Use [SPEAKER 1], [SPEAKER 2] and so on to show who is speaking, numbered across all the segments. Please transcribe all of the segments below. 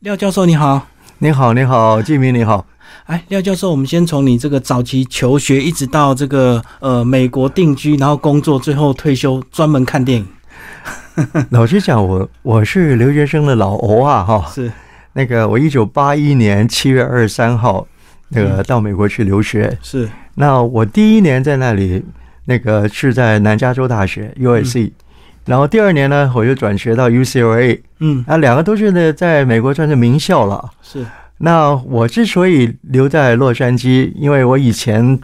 [SPEAKER 1] 廖教授你好，
[SPEAKER 2] 你好，你好，季明，你好。
[SPEAKER 1] 哎，廖教授，我们先从你这个早期求学，一直到这个呃美国定居，然后工作，最后退休，专门看电影，
[SPEAKER 2] 老实讲，我我是留学生的老欧啊，哈。
[SPEAKER 1] 是
[SPEAKER 2] 那个，我一九八一年七月二十三号，那个到美国去留学。
[SPEAKER 1] 是
[SPEAKER 2] 那我第一年在那里，那个是在南加州大学 USC，、然后第二年呢，我就转学到 UCLA。
[SPEAKER 1] 嗯
[SPEAKER 2] 啊，两个都是呢，在美国算是名校了。
[SPEAKER 1] 是
[SPEAKER 2] 那我之所以留在洛杉矶，因为我以前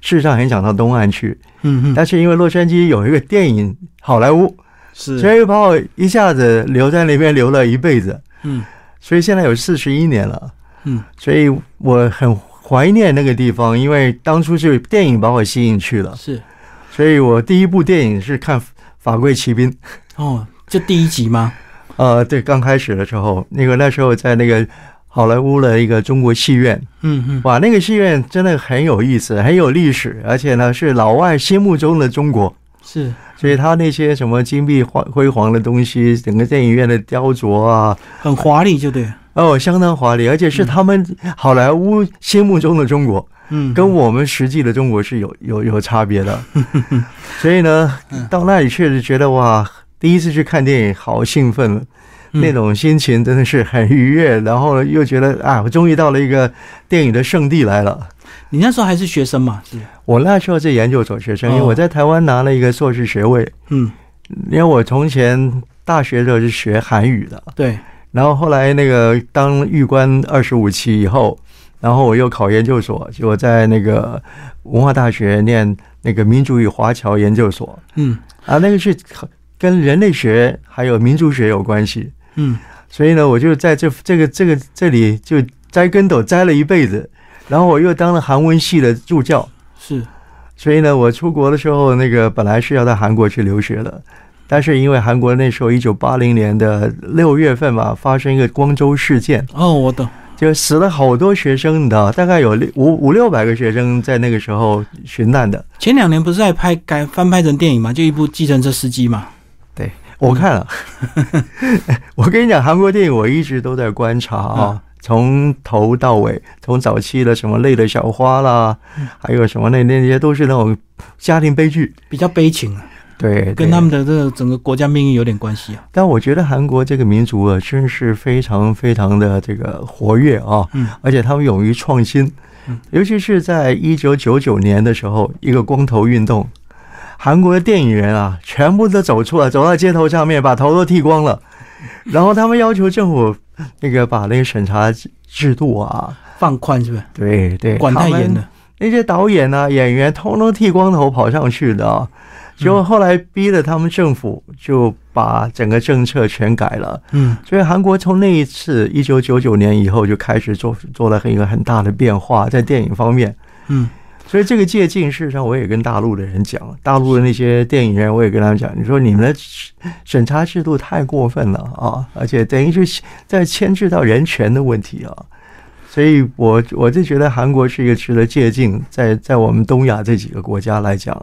[SPEAKER 2] 事实上很想到东岸去，
[SPEAKER 1] 嗯嗯
[SPEAKER 2] 但是因为洛杉矶有一个电影好莱坞，所
[SPEAKER 1] 是
[SPEAKER 2] 以把我一下子留在那边留了一辈子，
[SPEAKER 1] 嗯
[SPEAKER 2] 所以现在有四十一年了，
[SPEAKER 1] 嗯
[SPEAKER 2] 所以我很怀念那个地方，因为当初是电影把我吸引去了，
[SPEAKER 1] 嗯是
[SPEAKER 2] 所以我第一部电影是看《法贵骑兵》，
[SPEAKER 1] 哦，就第一集吗？
[SPEAKER 2] 呃，对，刚开始的时候，那个那时候在那个好莱坞的一个中国戏院，
[SPEAKER 1] 嗯嗯
[SPEAKER 2] 哇，那个戏院真的很有意思，很有历史，而且呢是老外心目中的中国。
[SPEAKER 1] 是
[SPEAKER 2] 所以他那些什么金碧辉辉煌的东西，整个电影院的雕琢啊，
[SPEAKER 1] 很华丽，就对了，
[SPEAKER 2] 哦，相当华丽，而且是他们好莱坞心目中的中国，
[SPEAKER 1] 嗯，
[SPEAKER 2] 跟我们实际的中国是有有有差 别的。所以呢，
[SPEAKER 1] 嗯
[SPEAKER 2] 到那里确实觉得哇，第一次去看电影好兴奋，
[SPEAKER 1] 嗯
[SPEAKER 2] 那种心情真的是很愉悦，然后呢又觉得啊，我终于到了一个电影的圣地来了。
[SPEAKER 1] 你那时候还是学生嘛，是
[SPEAKER 2] 我那时候是研究所学生，因为
[SPEAKER 1] 哦
[SPEAKER 2] 我在台湾拿了一个硕士学位，
[SPEAKER 1] 嗯
[SPEAKER 2] 因为我从前大学的时候是学韩语的，
[SPEAKER 1] 对
[SPEAKER 2] 然后后来那个当玉官二十五期以后，然后我又考研究所，就我在那个文化大学念那个民主与华侨研究所
[SPEAKER 1] 嗯
[SPEAKER 2] 啊，那个是跟人类学还有民族学有关系，
[SPEAKER 1] 嗯
[SPEAKER 2] 所以呢，我就在这这个这个这里就栽跟斗栽了一辈子，然后我又当了韩文系的助教，
[SPEAKER 1] 是
[SPEAKER 2] 所以呢，我出国的时候，那个本来是要到韩国去留学的，但是因为韩国那时候一九八零年的六月份吧，发生一个光州事件，
[SPEAKER 1] 哦，我懂，
[SPEAKER 2] 就死了好多学生，你知道，大概有六五五六百个学生在那个时候殉难的。
[SPEAKER 1] 前两年不是在拍改翻拍成电影嘛，就一部《计程车司机》嘛，
[SPEAKER 2] 我看了， 我跟你讲，韩国电影我一直都在观察
[SPEAKER 1] 嗯
[SPEAKER 2] 啊，从头到尾，从早期的什么《累的小花》啦，还有什么那那些都是那种家庭悲剧，
[SPEAKER 1] 比较悲情啊，
[SPEAKER 2] 对，对
[SPEAKER 1] 跟他们的这个整个国家命运有点关系啊。
[SPEAKER 2] 但我觉得韩国这个民族啊，真是非常非常的这个活跃啊，
[SPEAKER 1] 嗯
[SPEAKER 2] 而且他们勇于创新
[SPEAKER 1] 嗯，
[SPEAKER 2] 尤其是在一九九九年的时候，一个光头运动，韩国的电影人啊，全部都走出来，走到街头上面，把头都剃光了，然后他们要求政府那个把那个审查制度啊，
[SPEAKER 1] 放宽是不是？
[SPEAKER 2] 对对，
[SPEAKER 1] 管太
[SPEAKER 2] 他们
[SPEAKER 1] 严了。
[SPEAKER 2] 那些导演呢、演员，通通剃光头跑上去的、啊，结果后来逼得他们政府就把整个政策全改了。
[SPEAKER 1] 嗯
[SPEAKER 2] 所以韩国从那一次一九九九年以后就开始做做了一个很大的变化，在电影方面。
[SPEAKER 1] 嗯
[SPEAKER 2] 所以这个借鉴，事实上我也跟大陆的人讲，大陆的那些电影人，我也跟他们讲，你说你们的审查制度太过分了啊，而且等于是在牵制到人权的问题啊。所以我，我就觉得韩国是一个值得借鉴，在在我们东亚这几个国家来讲，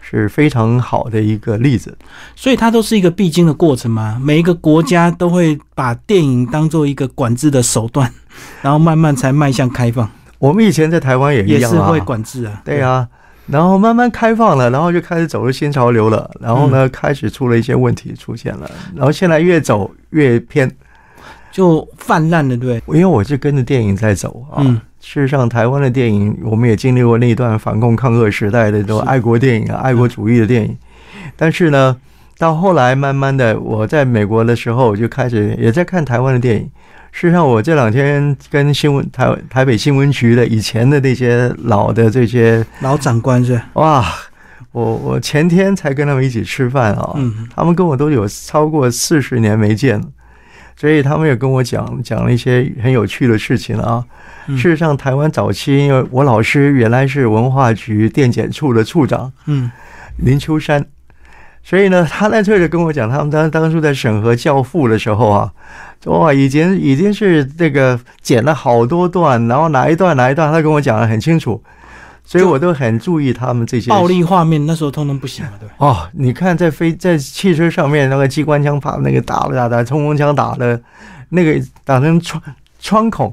[SPEAKER 2] 是非常好的一个例子。
[SPEAKER 1] 所以它都是一个必经的过程嘛。每一个国家都会把电影当做一个管制的手段，然后慢慢才迈向开放，
[SPEAKER 2] 我们以前在台湾也一
[SPEAKER 1] 也
[SPEAKER 2] 样
[SPEAKER 1] 是
[SPEAKER 2] 啊，
[SPEAKER 1] 会管制啊。
[SPEAKER 2] 对啊，然后慢慢开放了，然后就开始走入新潮流了，然后呢，开始出了一些问题出现了，然后现在越走越偏，
[SPEAKER 1] 就泛滥了，对不对？
[SPEAKER 2] 因为我是跟着电影在走啊。
[SPEAKER 1] 嗯
[SPEAKER 2] 事实上，台湾的电影我们也经历过那一段反共抗俄时代的这种
[SPEAKER 1] 是嗯
[SPEAKER 2] 爱国电影啊、爱国主义的电影，但是呢，到后来慢慢的，我在美国的时候，我就开始也在看台湾的电影。事实上，我这两天跟新闻台台北新闻局的以前的那些老的这些
[SPEAKER 1] 老长官是吧，
[SPEAKER 2] 哇，我我前天才跟他们一起吃饭啊，
[SPEAKER 1] 嗯
[SPEAKER 2] 他们跟我都有超过四十年没见了，所以他们也跟我讲讲了一些很有趣的事情啊。
[SPEAKER 1] 嗯
[SPEAKER 2] 事实上，台湾早期因为我老师原来是文化局电检处的处长
[SPEAKER 1] 嗯
[SPEAKER 2] 林秋山。所以呢，他那时候就跟我讲，他们当当初在审核《教父》的时候啊，哇，已经已经是这个剪了好多段，然后哪一段哪一段，他跟我讲的很清楚，所以
[SPEAKER 1] 就
[SPEAKER 2] 我都很注意他们这些
[SPEAKER 1] 暴力画面那时候通通不行嘛，对不对？
[SPEAKER 2] 哦，你看在飞在汽车上面那个机关枪把那个打了打打冲锋枪打了，那个打成窗窗孔。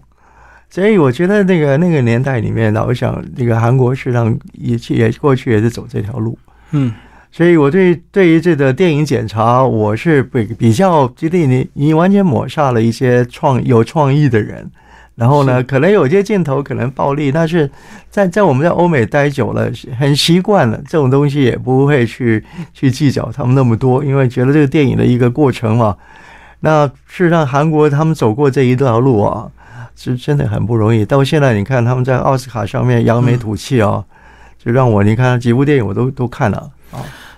[SPEAKER 2] 所以我觉得那个那个年代里面呢，我想那个韩国市场也也过去也是走这条路。
[SPEAKER 1] 嗯
[SPEAKER 2] 所以我对对于这个电影检查，我是比比较觉得你你完全抹杀了一些创有创意的人。然后呢，
[SPEAKER 1] 是
[SPEAKER 2] 可能有些镜头可能暴力，但是在在我们在欧美待久了，很习惯了这种东西，也不会去去计较他们那么多，因为觉得这个电影的一个过程嘛。那事实上，韩国他们走过这一条路啊，是真的很不容易。到现在，你看他们在奥斯卡上面扬眉吐气啊，就让我你看几部电影我都都看了。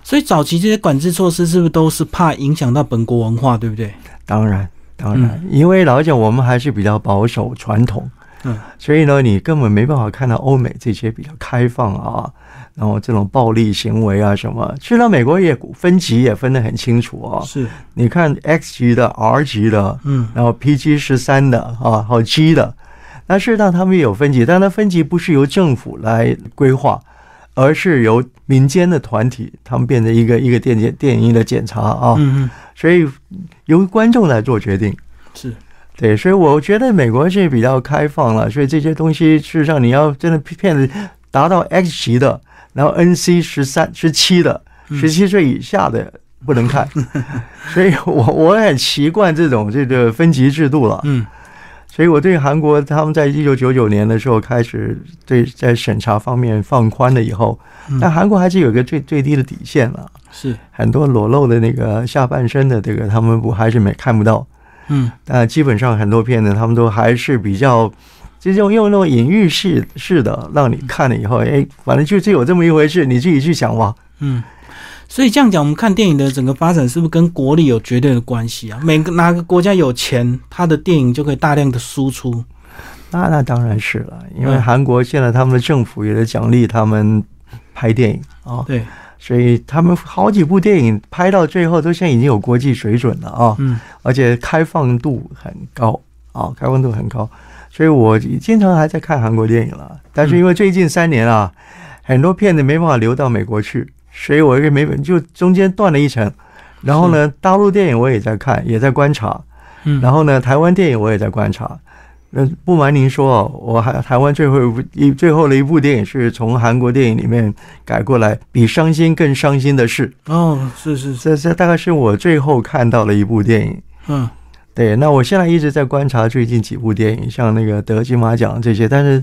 [SPEAKER 1] 所以早期这些管制措施是不是都是怕影响到本国文化，对不对？
[SPEAKER 2] 当然，当然，因为老实讲我们还是比较保守传统，
[SPEAKER 1] 嗯，
[SPEAKER 2] 所以呢，你根本没办法看到欧美这些比较开放啊，然后这种暴力行为啊什么。去到美国也分级也分得很清楚啊，
[SPEAKER 1] 是，
[SPEAKER 2] 你看 X 级的、R 级的，
[SPEAKER 1] 嗯
[SPEAKER 2] 然后 PG 十三的啊，还有 G 的。那事实上他们也有分级，但它分级不是由政府来规划，而是由民间的团体，他们变成一个一个电检电影的检查啊。
[SPEAKER 1] 嗯嗯，
[SPEAKER 2] 所以由观众来做决定。
[SPEAKER 1] 是
[SPEAKER 2] 对，所以我觉得美国是比较开放了，所以这些东西事实上你要真的骗子达到 X 级的，然后 NC 十三、十七的，
[SPEAKER 1] 嗯
[SPEAKER 2] 十七岁以下的不能 看，所以我我很习惯这种这个分级制度了。
[SPEAKER 1] 嗯
[SPEAKER 2] 所以我对韩国他们在一九九九年的时候开始对在审查方面放宽了以后，
[SPEAKER 1] 嗯
[SPEAKER 2] 但韩国还是有一个最最低的底线了。
[SPEAKER 1] 是，
[SPEAKER 2] 很多裸露的那个下半身的这个，他们不还是没看不到。
[SPEAKER 1] 嗯
[SPEAKER 2] 但基本上很多片呢，他们都还是比较，就是用用那种隐喻式式的，让你看了以后，哎，反正就就有这么一回事，你自己去想吧。
[SPEAKER 1] 嗯。所以这样讲，我们看电影的整个发展是不是跟国力有绝对的关系啊？每个哪个国家有钱，它的电影就可以大量的输出。
[SPEAKER 2] 那那当然是了，因为
[SPEAKER 1] 嗯
[SPEAKER 2] 韩国现在他们的政府也在奖励他们拍电影啊，
[SPEAKER 1] 对，
[SPEAKER 2] 所以他们好几部电影拍到最后都现在已经有国际水准了啊，
[SPEAKER 1] 嗯
[SPEAKER 2] 而且开放度很高啊，开放度很高，所以我经常还在看韩国电影了。但是因为最近三年啊，很多片子没办法流到美国去，所以我也没就中间断了一层。然后呢，大陆电影我也在看，也在观察。
[SPEAKER 1] 嗯，
[SPEAKER 2] 然
[SPEAKER 1] 后
[SPEAKER 2] 后呢，台湾电影我也在观察。那不瞒您说哦，我还台湾最后一部一最后的一部电影是从韩国电影里面改过来，比伤心更伤心的事。
[SPEAKER 1] 哦，是是是，
[SPEAKER 2] 这这大概是我最后看到的一部电影。
[SPEAKER 1] 嗯
[SPEAKER 2] 对，那我现在一直在观察最近几部电影，像那个得金马奖这些，但是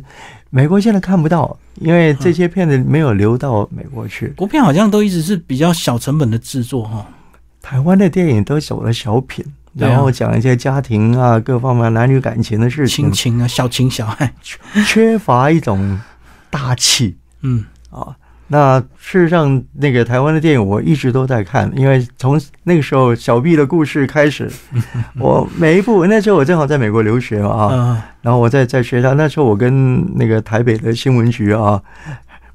[SPEAKER 2] 美国现在看不到，因为
[SPEAKER 1] 嗯
[SPEAKER 2] 这些片子没有流到美国去。
[SPEAKER 1] 国片好像都一直是比较小成本的制作哈。
[SPEAKER 2] 台湾的电影都走了小品，
[SPEAKER 1] 对啊
[SPEAKER 2] 然后讲一些家庭啊各方面男女感情的事
[SPEAKER 1] 亲
[SPEAKER 2] 情，
[SPEAKER 1] 情啊，小情小爱，
[SPEAKER 2] 缺乏一种大气
[SPEAKER 1] 嗯
[SPEAKER 2] 啊。那事实上，那个台湾的电影我一直都在看，因为从那个时候小 B 的故事开 始，我每一部那时候我正好在美国留学嘛啊，
[SPEAKER 1] 啊
[SPEAKER 2] 然后我在在学校，那时候我跟那个台北的新闻局啊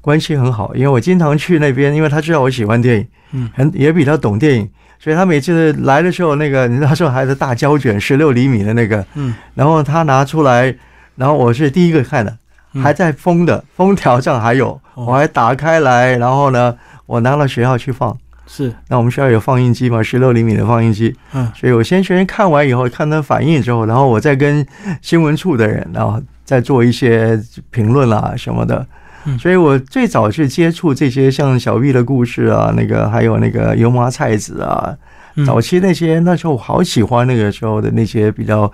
[SPEAKER 2] 关系很好，因为我经常去那边，因为他知道我喜欢电影，
[SPEAKER 1] 嗯
[SPEAKER 2] 很也比较懂电影，所以他每次来的时候，那个你那时候还是大胶卷十六厘米的那个，
[SPEAKER 1] 嗯，
[SPEAKER 2] 然后他拿出来，然后我是第一个看的，
[SPEAKER 1] 嗯
[SPEAKER 2] 还在封的封条上还有，
[SPEAKER 1] 哦
[SPEAKER 2] 我还打开来，然后呢，我拿到学校去放。
[SPEAKER 1] 是
[SPEAKER 2] 那我们学校有放映机嘛，十六厘米的放映机，
[SPEAKER 1] 嗯
[SPEAKER 2] 所以我先学生看完以后，看他反应之后，然后我再跟新闻处的人，然后再做一些评论啦、什么的
[SPEAKER 1] 嗯。
[SPEAKER 2] 所以我最早是接触这些像小玉的故事啊，那个还有那个油麻菜籽啊，
[SPEAKER 1] 嗯
[SPEAKER 2] 早期那些那时候我好喜欢那个时候的那些比较，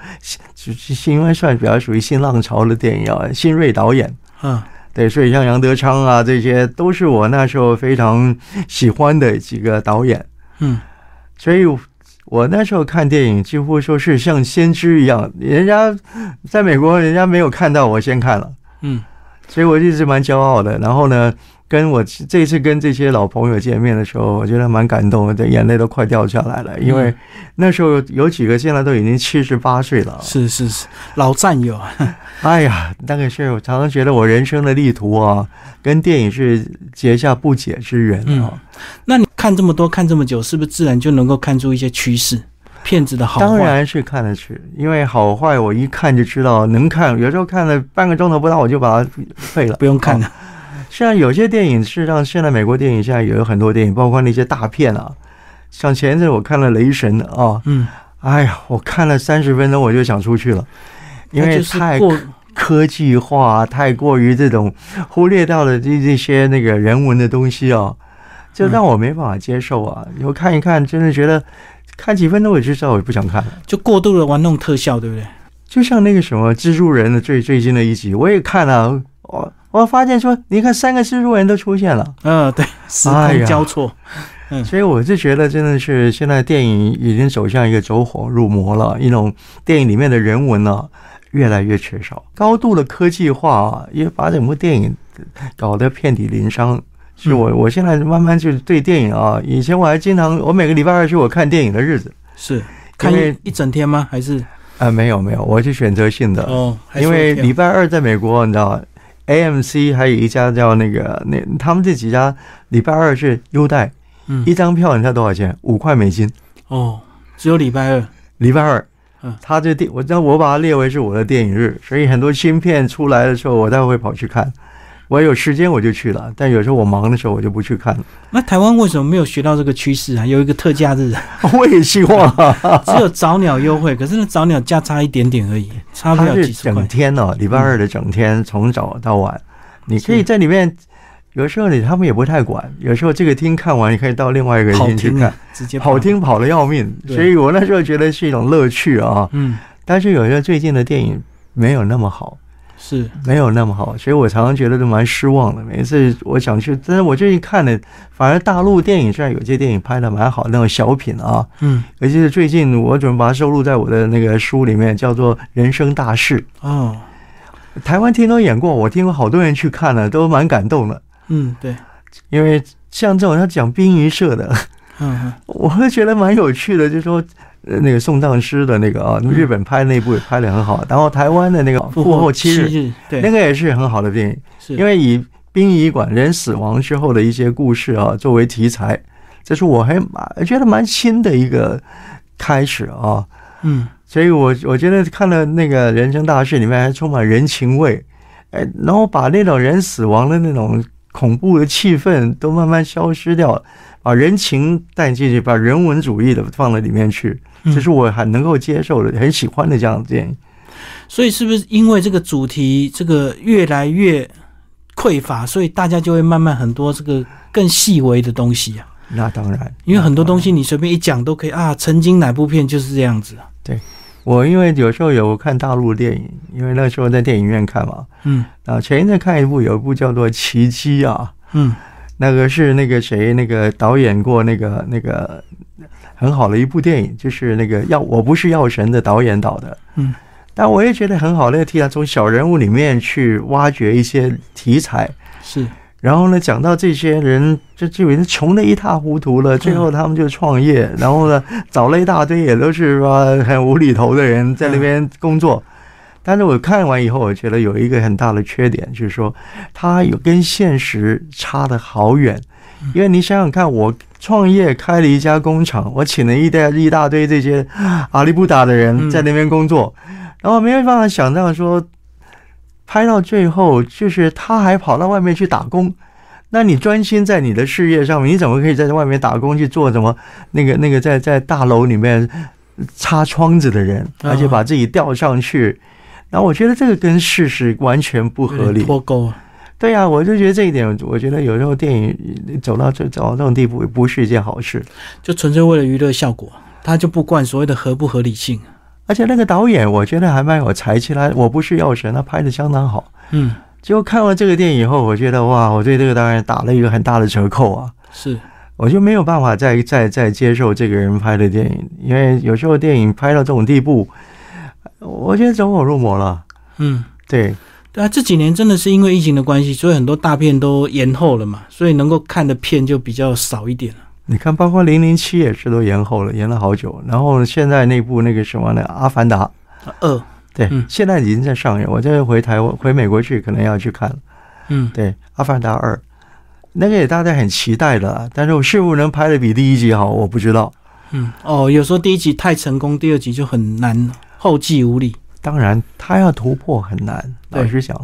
[SPEAKER 2] 就是因为算比较属于新浪潮的电影啊，新锐导演。
[SPEAKER 1] 嗯
[SPEAKER 2] 对，所以像杨德昌啊，这些都是我那时候非常喜欢的几个导演。
[SPEAKER 1] 嗯
[SPEAKER 2] 所以我那时候看电影，几乎说是像先知一样，人家在美国人家没有看到，我先看了，
[SPEAKER 1] 嗯
[SPEAKER 2] 所以我一直蛮骄傲的。然后呢，跟我这一次跟这些老朋友见面的时候，我觉得蛮感动的，眼泪都快掉下来了，因为
[SPEAKER 1] 嗯
[SPEAKER 2] 那时候有几个现在都已经七十八岁了，
[SPEAKER 1] 是是是，老战友啊，
[SPEAKER 2] 哎呀，那个是我常常觉得我人生的力图啊，跟电影是结下不解之缘啊。
[SPEAKER 1] 嗯那你看这么多，看这么久，是不是自然就能够看出一些趋势，骗子的好坏？
[SPEAKER 2] 当，然是看得去，因为好坏我一看就知道，能看。有时候看了半个钟头不到，我就把它废了。
[SPEAKER 1] 不用看了。
[SPEAKER 2] 虽然有些电影，事实上现在美国电影现在也有很多电影，包括那些大片啊，像前一阵我看了《雷神》啊，
[SPEAKER 1] 嗯
[SPEAKER 2] 哎呀，我看了三十分钟我就想出去了，因
[SPEAKER 1] 它
[SPEAKER 2] 为
[SPEAKER 1] 就是
[SPEAKER 2] 太
[SPEAKER 1] 过
[SPEAKER 2] 科技化，太过于这种忽略到了这这些那个人文的东西哦，就让我没办法接受啊。以后看一看，真的觉得看几分钟我就知道我不想看了。
[SPEAKER 1] 就过度的玩弄特效，对不对？
[SPEAKER 2] 就像那个什么蜘蛛人的最最新的一集，我也看了，我我发现说，你看三个蜘蛛人都出现了，
[SPEAKER 1] 嗯，对，时
[SPEAKER 2] 哎
[SPEAKER 1] 空
[SPEAKER 2] 呀
[SPEAKER 1] 交错，
[SPEAKER 2] 所以我就觉得真的是现在电影已经走向一个走火入魔了，一种电影里面的人文呢、越来越缺少，高度的科技化啊，也把整部电影搞得遍体鳞伤。
[SPEAKER 1] 嗯
[SPEAKER 2] 是我，我现在慢慢就对电影啊，以前我还经常，我每个礼拜二是我看电影的日子，
[SPEAKER 1] 是看
[SPEAKER 2] 因
[SPEAKER 1] 一
[SPEAKER 2] 为
[SPEAKER 1] 一整天吗？还是
[SPEAKER 2] 啊、没有没有，我是选择性的，
[SPEAKER 1] 哦？还是
[SPEAKER 2] 呃因为
[SPEAKER 1] 一
[SPEAKER 2] 礼
[SPEAKER 1] 天
[SPEAKER 2] 拜二在美国，你知道，AMC 还有一家叫那个那他们这几家礼拜二是优待，
[SPEAKER 1] 嗯
[SPEAKER 2] 一张票你知道多少钱？五块美金，
[SPEAKER 1] 哦，只有礼拜二
[SPEAKER 2] 礼拜二
[SPEAKER 1] 嗯。
[SPEAKER 2] 他这电，我那我把它列为是我的电影日，所以很多新片出来的时候，我待会跑去看。我有时间我就去了，但有时候我忙的时候我就不去看了。
[SPEAKER 1] 那台湾为什么没有学到这个趋势啊？有一个特价 日，
[SPEAKER 2] 我也希望啊，
[SPEAKER 1] 只有早鸟优惠，可是那早鸟价差一点点而已，差不
[SPEAKER 2] 它
[SPEAKER 1] 了
[SPEAKER 2] 是
[SPEAKER 1] 几十
[SPEAKER 2] 整
[SPEAKER 1] 块。
[SPEAKER 2] 天哦，礼拜二的整天，从早到晚，你可
[SPEAKER 1] 嗯
[SPEAKER 2] 以
[SPEAKER 1] 是
[SPEAKER 2] 在里面。有时候你他们也不太管，有时候这个厅看完，你可以到另外一个
[SPEAKER 1] 跑
[SPEAKER 2] 厅去
[SPEAKER 1] 听
[SPEAKER 2] 看
[SPEAKER 1] 啊。，直接
[SPEAKER 2] 跑。听跑的要命，
[SPEAKER 1] 对
[SPEAKER 2] 所以我那时候觉得是一种乐趣啊。
[SPEAKER 1] 嗯，
[SPEAKER 2] 但是有些最近的电影没有那么好，
[SPEAKER 1] 是
[SPEAKER 2] 没有那么好，所以我常常觉得都蛮失望的。每一次我想去，但是我最近看的，反而大陆电影虽然有些电影拍的蛮好，那种小品啊，
[SPEAKER 1] 嗯
[SPEAKER 2] 尤其是最近我准备把它收录在我的那个书里面，叫做《人生大事
[SPEAKER 1] 哦，》。
[SPEAKER 2] 台湾听都演过，我听过好多人去看了，都蛮感动的，
[SPEAKER 1] 嗯对，
[SPEAKER 2] 因为像这种他讲殡仪社的，
[SPEAKER 1] 嗯嗯
[SPEAKER 2] 我会觉得蛮有趣的，就是说。呃那个送葬师的那个啊，日本拍那部也拍得很好，然后台湾的那个《复后七日》，
[SPEAKER 1] 日，对，
[SPEAKER 2] 那个也是很好的电影，
[SPEAKER 1] 是
[SPEAKER 2] 因为以殡仪馆人死亡之后的一些故事啊作为题材，这是我还蛮觉得蛮新的一个开始啊，
[SPEAKER 1] 嗯
[SPEAKER 2] 所以我我觉得看了那个《人生大事》里面还充满人情味，哎，然后把那种人死亡的那种恐怖的气氛都慢慢消失掉了，把人情带进去，把人文主义的放到里面去，
[SPEAKER 1] 嗯
[SPEAKER 2] 这是我很能够接受的、很喜欢的这样的电影。
[SPEAKER 1] 所以是不是因为这个主题这个越来越匮乏，所以大家就会慢慢很多这个更细微的东西啊？
[SPEAKER 2] 那当然，
[SPEAKER 1] 因为很多东西你随便一讲都可以啊，曾经哪部片就是这样子啊。
[SPEAKER 2] 我因为有时候有看大陆电影，因为那时候在电影院看嘛。
[SPEAKER 1] 嗯
[SPEAKER 2] 啊，前一阵看一部，有一部叫做《奇迹》啊，
[SPEAKER 1] 嗯
[SPEAKER 2] 那个是那个谁，那个导演过那个那个很好的一部电影，就是那个药我不是药神的导演导的。
[SPEAKER 1] 嗯，
[SPEAKER 2] 但我也觉得很好，那个题材从小人物里面去挖掘一些题材，
[SPEAKER 1] 是
[SPEAKER 2] 然后呢，讲到这些人，就这人穷的一塌糊涂了，最后他们就创业，然后呢，找了一大堆也都是说很无厘头的人在那边工作。但是我看完以后，我觉得有一个很大的缺点，就是说他有跟现实差得好远。因为你想想看，我创业开了一家工厂，我请了一大一大堆这些阿里不达的人
[SPEAKER 1] 嗯
[SPEAKER 2] 在那边工作，然后没有办法想到说，拍到最后就是他还跑到外面去打工。那你专心在你的事业上面，你怎么可以在外面打工去做什么那个那个在在大楼里面擦窗子的人，
[SPEAKER 1] 啊
[SPEAKER 2] 而且把自己吊上去？然后我觉得这个跟事实完全不
[SPEAKER 1] 有点
[SPEAKER 2] 合理。
[SPEAKER 1] 脱钩啊。
[SPEAKER 2] 对呀、我就觉得这一点，我觉得有时候电影呃走到这走到这种地步，不是一件好事。
[SPEAKER 1] 就纯粹为了娱乐效果，他就不管所谓的合不合理性。啊
[SPEAKER 2] 而且那个导演，我觉得还蛮有才气啦。我不是药神，他拍的相当好。
[SPEAKER 1] 嗯，
[SPEAKER 2] 结果看完这个电影以后，我觉得哇，我对这个导演打了一个很大的折扣啊！
[SPEAKER 1] 是
[SPEAKER 2] 我就没有办法再再再接受这个人拍的电影，因为有时候电影拍到这种地步，我觉得走火入魔了。
[SPEAKER 1] 嗯。
[SPEAKER 2] 对，
[SPEAKER 1] 对啊，这几年真的是因为疫情的关系，所以很多大片都延后了嘛，所以能够看的片就比较少一点了。
[SPEAKER 2] 你看，包括零零七也是都延后了，延了好久。然后现在那部那个什么呢，《阿凡达》，
[SPEAKER 1] 二，
[SPEAKER 2] 对，
[SPEAKER 1] 嗯
[SPEAKER 2] 现在已经在上映。我这回台湾回美国去，可能要去看了。
[SPEAKER 1] 嗯，
[SPEAKER 2] 对，《阿凡达二》，那个也大家很期待的啦，但是我是不是能拍的比第一集好，我不知道。
[SPEAKER 1] 嗯，哦，有时候第一集太成功，第二集就很难，后继无力。
[SPEAKER 2] 当然，他要突破很难。
[SPEAKER 1] 对
[SPEAKER 2] 老实讲，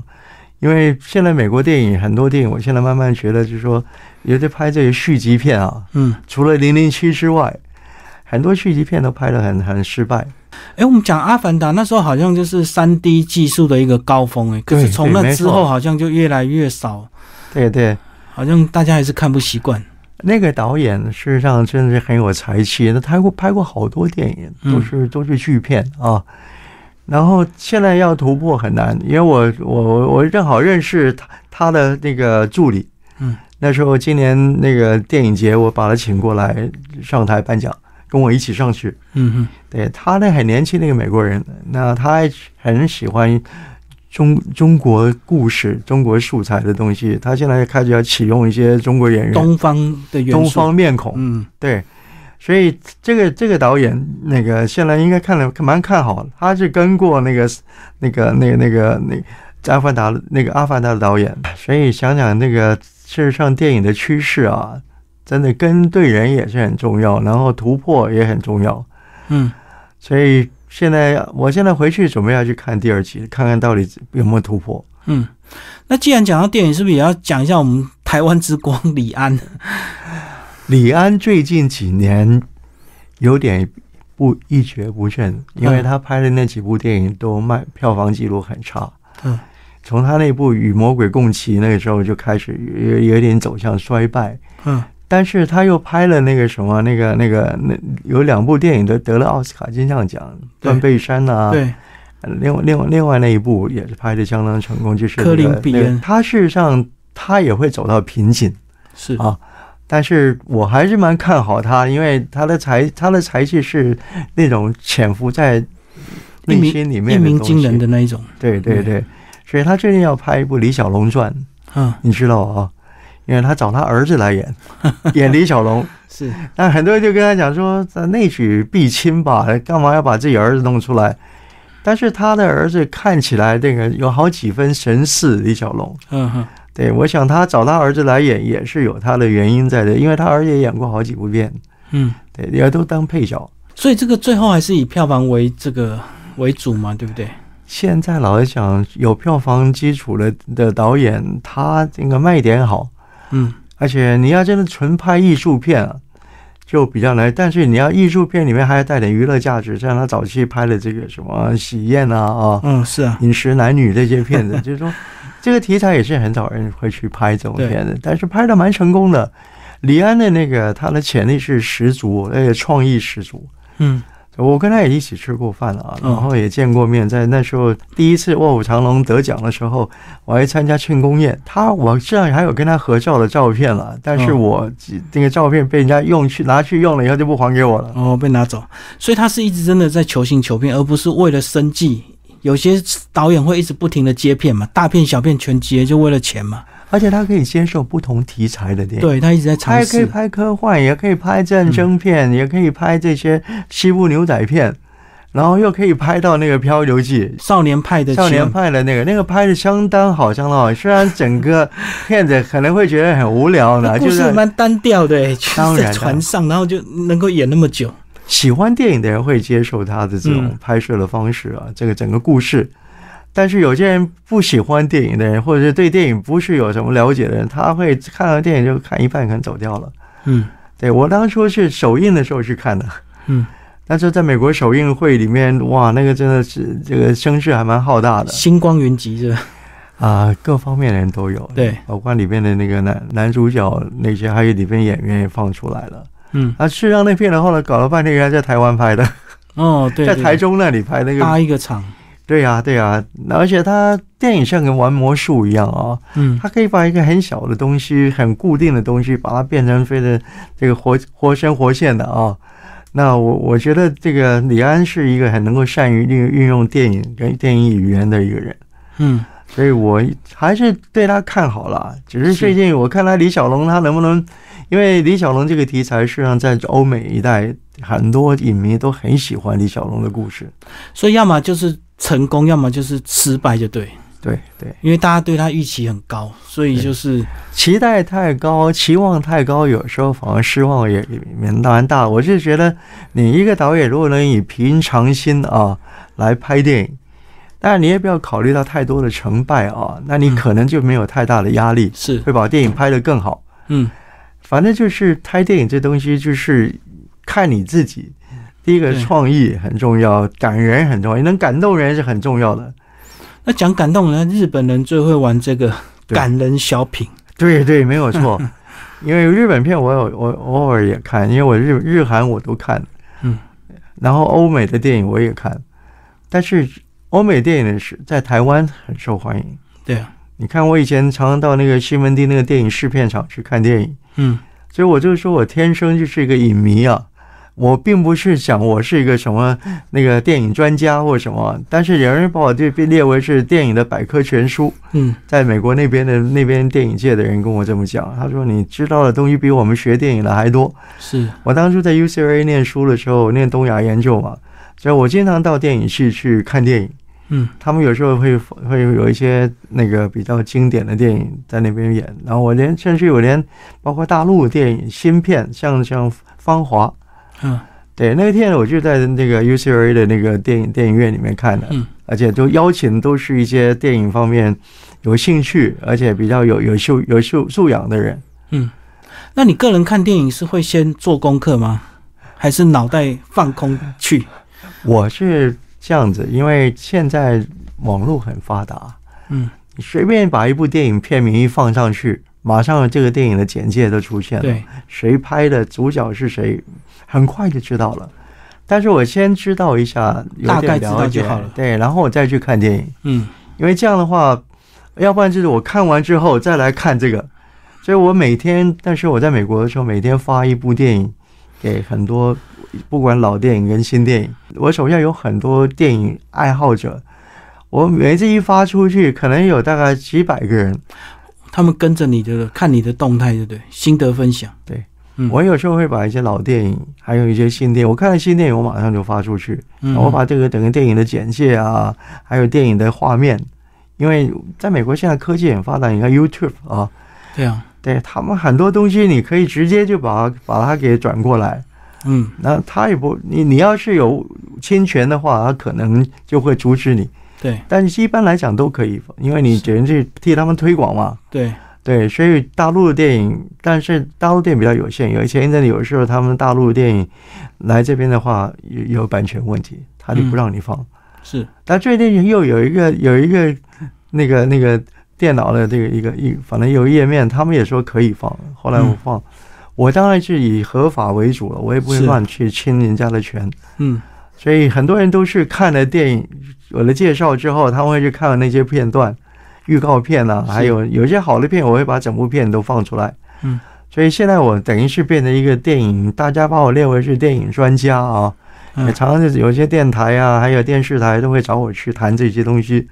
[SPEAKER 2] 因为现在美国电影很多电影，我现在慢慢觉得，就是说，有的拍这个续集片啊，
[SPEAKER 1] 嗯，
[SPEAKER 2] 除了《零零七》之外，很多续集片都拍得很很失败。
[SPEAKER 1] 哎、我们讲《阿凡达》那时候好像就是三 D 技术的一个高峰、哎，可是
[SPEAKER 2] 对
[SPEAKER 1] 从
[SPEAKER 2] 对
[SPEAKER 1] 那
[SPEAKER 2] 没
[SPEAKER 1] 之
[SPEAKER 2] 错
[SPEAKER 1] 后好像就越来越少，
[SPEAKER 2] 对对，
[SPEAKER 1] 好像大家还是看不习惯。
[SPEAKER 2] 那个导演事实上真的是很有才气，他拍过拍过好多电影，
[SPEAKER 1] 嗯
[SPEAKER 2] 都是、都是巨片啊。然后现在要突破很难，因为我我我我正好认识他他的那个助理，
[SPEAKER 1] 嗯，
[SPEAKER 2] 那时候今年那个电影节，我把他请过来上台颁奖，跟我一起上去。
[SPEAKER 1] 嗯
[SPEAKER 2] 对他那很年轻那个美国人，那他还很喜欢中中国故事、中国素材的东西。他现在开始要启用一些中国演
[SPEAKER 1] 哼，
[SPEAKER 2] 员、
[SPEAKER 1] 东方的元素，
[SPEAKER 2] 东方面孔，
[SPEAKER 1] 嗯，
[SPEAKER 2] 对。所以这个这个导演，那个现在应该看了蛮看好的，他是跟过那个那个那个那个那个阿凡达的那个阿凡达的导演，所以想想那个事实上电影的趋势啊，真的跟对人也是很重要，然后突破也很重要。
[SPEAKER 1] 嗯，
[SPEAKER 2] 所以现在我现在回去准备要去看第二集，看看到底有没有突破。
[SPEAKER 1] 嗯，那既然讲到电影，是不是也要讲一下我们台湾之光李安？
[SPEAKER 2] 李安最近几年有点不一蹶不振，因
[SPEAKER 1] 嗯
[SPEAKER 2] 为他拍的那几部电影都卖票房记录很差。
[SPEAKER 1] 嗯，
[SPEAKER 2] 从他那部《与魔鬼共骑》那个时候就开始有有点走向衰败。
[SPEAKER 1] 嗯，
[SPEAKER 2] 但是他又拍了那个什么，那个那个那有两部电影都得了奥斯卡金像奖，《
[SPEAKER 1] 嗯对
[SPEAKER 2] 断背山》呐，
[SPEAKER 1] 对，
[SPEAKER 2] 另外，另外，另外那一部也是拍的相当成功，就是、那个、
[SPEAKER 1] 科林比恩
[SPEAKER 2] 那个他事实上他也会走到瓶颈，
[SPEAKER 1] 是
[SPEAKER 2] 啊但是我还是蛮看好他，因为他的才他的才气是那种潜伏在
[SPEAKER 1] 一
[SPEAKER 2] 内
[SPEAKER 1] 鸣
[SPEAKER 2] 心里
[SPEAKER 1] 一
[SPEAKER 2] 面的
[SPEAKER 1] 鸣
[SPEAKER 2] 东
[SPEAKER 1] 惊人
[SPEAKER 2] 西。
[SPEAKER 1] 的那一种。
[SPEAKER 2] 对对对，所以他最近要拍一部《李小龙传》，
[SPEAKER 1] 嗯，
[SPEAKER 2] 你知道啊？因为他找他儿子 来演，演李小龙。
[SPEAKER 1] 是，
[SPEAKER 2] 那很多人就跟他讲说，呃内举必亲吧，干嘛要把自己儿子弄出来？但是他的儿子看起来这个有好几分神似李小龙，
[SPEAKER 1] 嗯哼，
[SPEAKER 2] 对我想他找他儿子来演也是有他的原因在的，因为他儿子也演过好几部片，
[SPEAKER 1] 嗯，
[SPEAKER 2] 对，也都当配角。
[SPEAKER 1] 所以这个最后还是以票房为这个为主嘛，对不对？
[SPEAKER 2] 现在老实讲，有票房基础的的导演，他这个卖点好，
[SPEAKER 1] 嗯，
[SPEAKER 2] 而且你要真的纯拍艺术片啊，就比较难。但是你要艺术片里面还要带点娱乐价值，像他早期拍的这个什么喜宴啊啊，
[SPEAKER 1] 嗯，是啊，
[SPEAKER 2] 饮食男女这些片子，就是说这个题材也是很少人会去拍这种片子，但是拍的蛮成功的。李安的那个他的潜力是十足，而且创意十足。
[SPEAKER 1] 嗯，
[SPEAKER 2] 我跟他也一起吃过饭了啊，
[SPEAKER 1] 嗯
[SPEAKER 2] 然后也见过面。在那时候第一次《卧虎藏龙》得奖的时候，我还参加庆功宴，他我这样还有跟他合照的照片了，但是
[SPEAKER 1] 嗯
[SPEAKER 2] 我那个照片被人家用去拿去用了以后就不还给我了。
[SPEAKER 1] 哦，被拿走，所以他是一直真的在求新求变，而不是为了生计。有些导演会一直不停的接片嘛，大片小片全接，就为了钱嘛。
[SPEAKER 2] 而且他可以接受不同题材的电影，
[SPEAKER 1] 对他一直在
[SPEAKER 2] 他
[SPEAKER 1] 尝
[SPEAKER 2] 也可以
[SPEAKER 1] 试，嗯
[SPEAKER 2] 拍科幻，也可以拍战争片，也可以拍这些西部牛仔片，然后又可以拍到那个《漂流记》。
[SPEAKER 1] 少年派的
[SPEAKER 2] 少年
[SPEAKER 1] 奇
[SPEAKER 2] 派的那个，那个拍的相当好，相当好。虽然整个片子可能会觉得很无聊
[SPEAKER 1] 幻
[SPEAKER 2] 呢，
[SPEAKER 1] 那故
[SPEAKER 2] 就
[SPEAKER 1] 事
[SPEAKER 2] 是
[SPEAKER 1] 蛮单调的、欸，就
[SPEAKER 2] 当
[SPEAKER 1] 是
[SPEAKER 2] 然
[SPEAKER 1] 在
[SPEAKER 2] 啦
[SPEAKER 1] 船上，然后就能够演那么久。
[SPEAKER 2] 喜欢电影的人会接受他的这种
[SPEAKER 1] 嗯
[SPEAKER 2] 拍摄的方式啊，这个整个故事。但是有些人不喜欢电影的人，或者是对电影不是有什么了解的人，他会看完电影就看一半，可能走掉了。
[SPEAKER 1] 嗯
[SPEAKER 2] 对我当初是首映的时候去看的，
[SPEAKER 1] 嗯，
[SPEAKER 2] 但是在美国首映会里面，哇，那个真的是这个声势还蛮浩大
[SPEAKER 1] 嗯
[SPEAKER 2] 的
[SPEAKER 1] 星光云集是吧？
[SPEAKER 2] 啊、各方面的人都有，
[SPEAKER 1] 对，
[SPEAKER 2] 包括里面的那个男男主角那些，还有里面演员也放出来了。
[SPEAKER 1] 嗯，
[SPEAKER 2] 啊，事实上那片的后来搞了半天，原来在台湾拍的，
[SPEAKER 1] 哦，对，啊
[SPEAKER 2] 在
[SPEAKER 1] 对
[SPEAKER 2] 台中那里拍那个，
[SPEAKER 1] 搭一个场，
[SPEAKER 2] 对呀、对呀、而且他电影像跟玩魔术一样啊、
[SPEAKER 1] 嗯
[SPEAKER 2] 他可以把一个很小的东西、很固定的东西，把它变成非常这个活活生活现的啊。那我我觉得这个李安是一个很能够善于运运用电影跟电影语言的一个人，
[SPEAKER 1] 嗯，
[SPEAKER 2] 所以我还是对他看好了。只是
[SPEAKER 1] 是
[SPEAKER 2] 最近我看他李小龙他能不能，因为李小龙这个题材事实上在欧美一带很多影迷都很喜欢李小龙的故事，
[SPEAKER 1] 所以要么就是成功，要么就是失败，就对，
[SPEAKER 2] 对对。
[SPEAKER 1] 因为大家对他预期很高，所以就是
[SPEAKER 2] 期待太高，期望太高，有时候反而失望也也蛮大。我是觉得，你一个导演如果能以平常心啊来拍电影，但是你也不要考虑到太多的成败啊，那你可能就没有太大的压力，
[SPEAKER 1] 是
[SPEAKER 2] 会把电影拍得更好。
[SPEAKER 1] 嗯
[SPEAKER 2] 反正就是拍电影这东西，就是看你自己第一个
[SPEAKER 1] 对
[SPEAKER 2] 创意很重要，感人很重要，你能感动人是很重要的。
[SPEAKER 1] 那讲感动人，日本人最会玩这个
[SPEAKER 2] 对
[SPEAKER 1] 感人小品。
[SPEAKER 2] 对对，没 有错。因为日本片我有我偶尔也看，因为我日日韩我都看，
[SPEAKER 1] 嗯，
[SPEAKER 2] 然后欧美的电影我也看，但是欧美电影是在台湾很受欢迎。
[SPEAKER 1] 对啊，
[SPEAKER 2] 你看我以前常常到那个西门町那个电影试片场去看电影，
[SPEAKER 1] 嗯，
[SPEAKER 2] 所以我就说我天生就是一个影迷啊。我并不是想我是一个什么那个电影专家或什么，但是有人把我就被列为是电影的百科全书。
[SPEAKER 1] 嗯，
[SPEAKER 2] 在美国那边的那边电影界的人跟我这么讲，他说你知道的东西比我们学电影的还多。
[SPEAKER 1] 是，
[SPEAKER 2] 我当初在 UCLA 念书的时候，念东亚研究嘛，所以我经常到电影系去看电影。
[SPEAKER 1] 嗯，
[SPEAKER 2] 他们有时候会会有一些那个比较经典的电影在那边演，然后我连甚至我连包括大陆电影新片，像像《芳华》，
[SPEAKER 1] 嗯，
[SPEAKER 2] 对，那个电影我就在那个 UCLA 的那个电影电影院里面看的，
[SPEAKER 1] 嗯
[SPEAKER 2] 而且都邀请都是一些电影方面有兴趣，而且比较有有修有修素养的人。
[SPEAKER 1] 那你个人看电影是会先做功课吗？还是脑袋放空 去？
[SPEAKER 2] 我是这样子，因为现在网络很发达，
[SPEAKER 1] 嗯，
[SPEAKER 2] 你随便把一部电影片名一放上去，马上这个电影的简介都出现了。
[SPEAKER 1] 对，
[SPEAKER 2] 谁拍的，主角是谁，很快就知道了。但是我先知道一下，有
[SPEAKER 1] 大概
[SPEAKER 2] 点
[SPEAKER 1] 知道
[SPEAKER 2] 了解
[SPEAKER 1] 就好了
[SPEAKER 2] 对，然后我再去看电影，
[SPEAKER 1] 嗯，
[SPEAKER 2] 因为这样的话，要不然就是我看完之后再来看这个。所以我每天，但是我在美国的时候，每天发一部电影给很多，不管老电影跟新电影，我手下有很多电影爱好者。我每次一发出去，可能有大概几百个人，
[SPEAKER 1] 他们跟着你的看你的动态，对不对？心得分享，
[SPEAKER 2] 对，
[SPEAKER 1] 嗯，
[SPEAKER 2] 我有时候会把一些老电影，还有一些新电影，我看了新电影，我马上就发出去。
[SPEAKER 1] 嗯
[SPEAKER 2] 我把这个整个电影的简介啊，还有电影的画面，因为在美国现在科技很发达，你看 YouTube 啊，
[SPEAKER 1] 对啊，
[SPEAKER 2] 对他们很多东西你可以直接就把它把它给转过来。
[SPEAKER 1] 嗯，
[SPEAKER 2] 那他也不，你你要是有侵权的话，他可能就会阻止你。
[SPEAKER 1] 对
[SPEAKER 2] 但是一般来讲都可以，因为你等于是替他们推广嘛。
[SPEAKER 1] 对，
[SPEAKER 2] 对，所以大陆的电影，但是大陆电影比较有限，有一些那里有时候他们大陆电影来这边的话，有有版权问题，他就不让你放。
[SPEAKER 1] 是，
[SPEAKER 2] 但最近又有一个有一个那个那个电脑的这个一个一，反正有个页面，他们也说可以放，后来我
[SPEAKER 1] 嗯
[SPEAKER 2] 放。我当然是以合法为主了，我也不会
[SPEAKER 1] 是
[SPEAKER 2] 乱去侵人家的权，
[SPEAKER 1] 嗯，
[SPEAKER 2] 所以很多人都是看了电影有了介绍之后，他们会去看那些片段、预告片啊，
[SPEAKER 1] 是
[SPEAKER 2] 还有有些好的片，我会把整部片都放出来。
[SPEAKER 1] 嗯，
[SPEAKER 2] 所以现在我等于是变成一个电影，大家把我列为是电影专家啊。
[SPEAKER 1] 嗯
[SPEAKER 2] 也常常就是有一些电台啊，还有电视台都会找我去谈这些东西。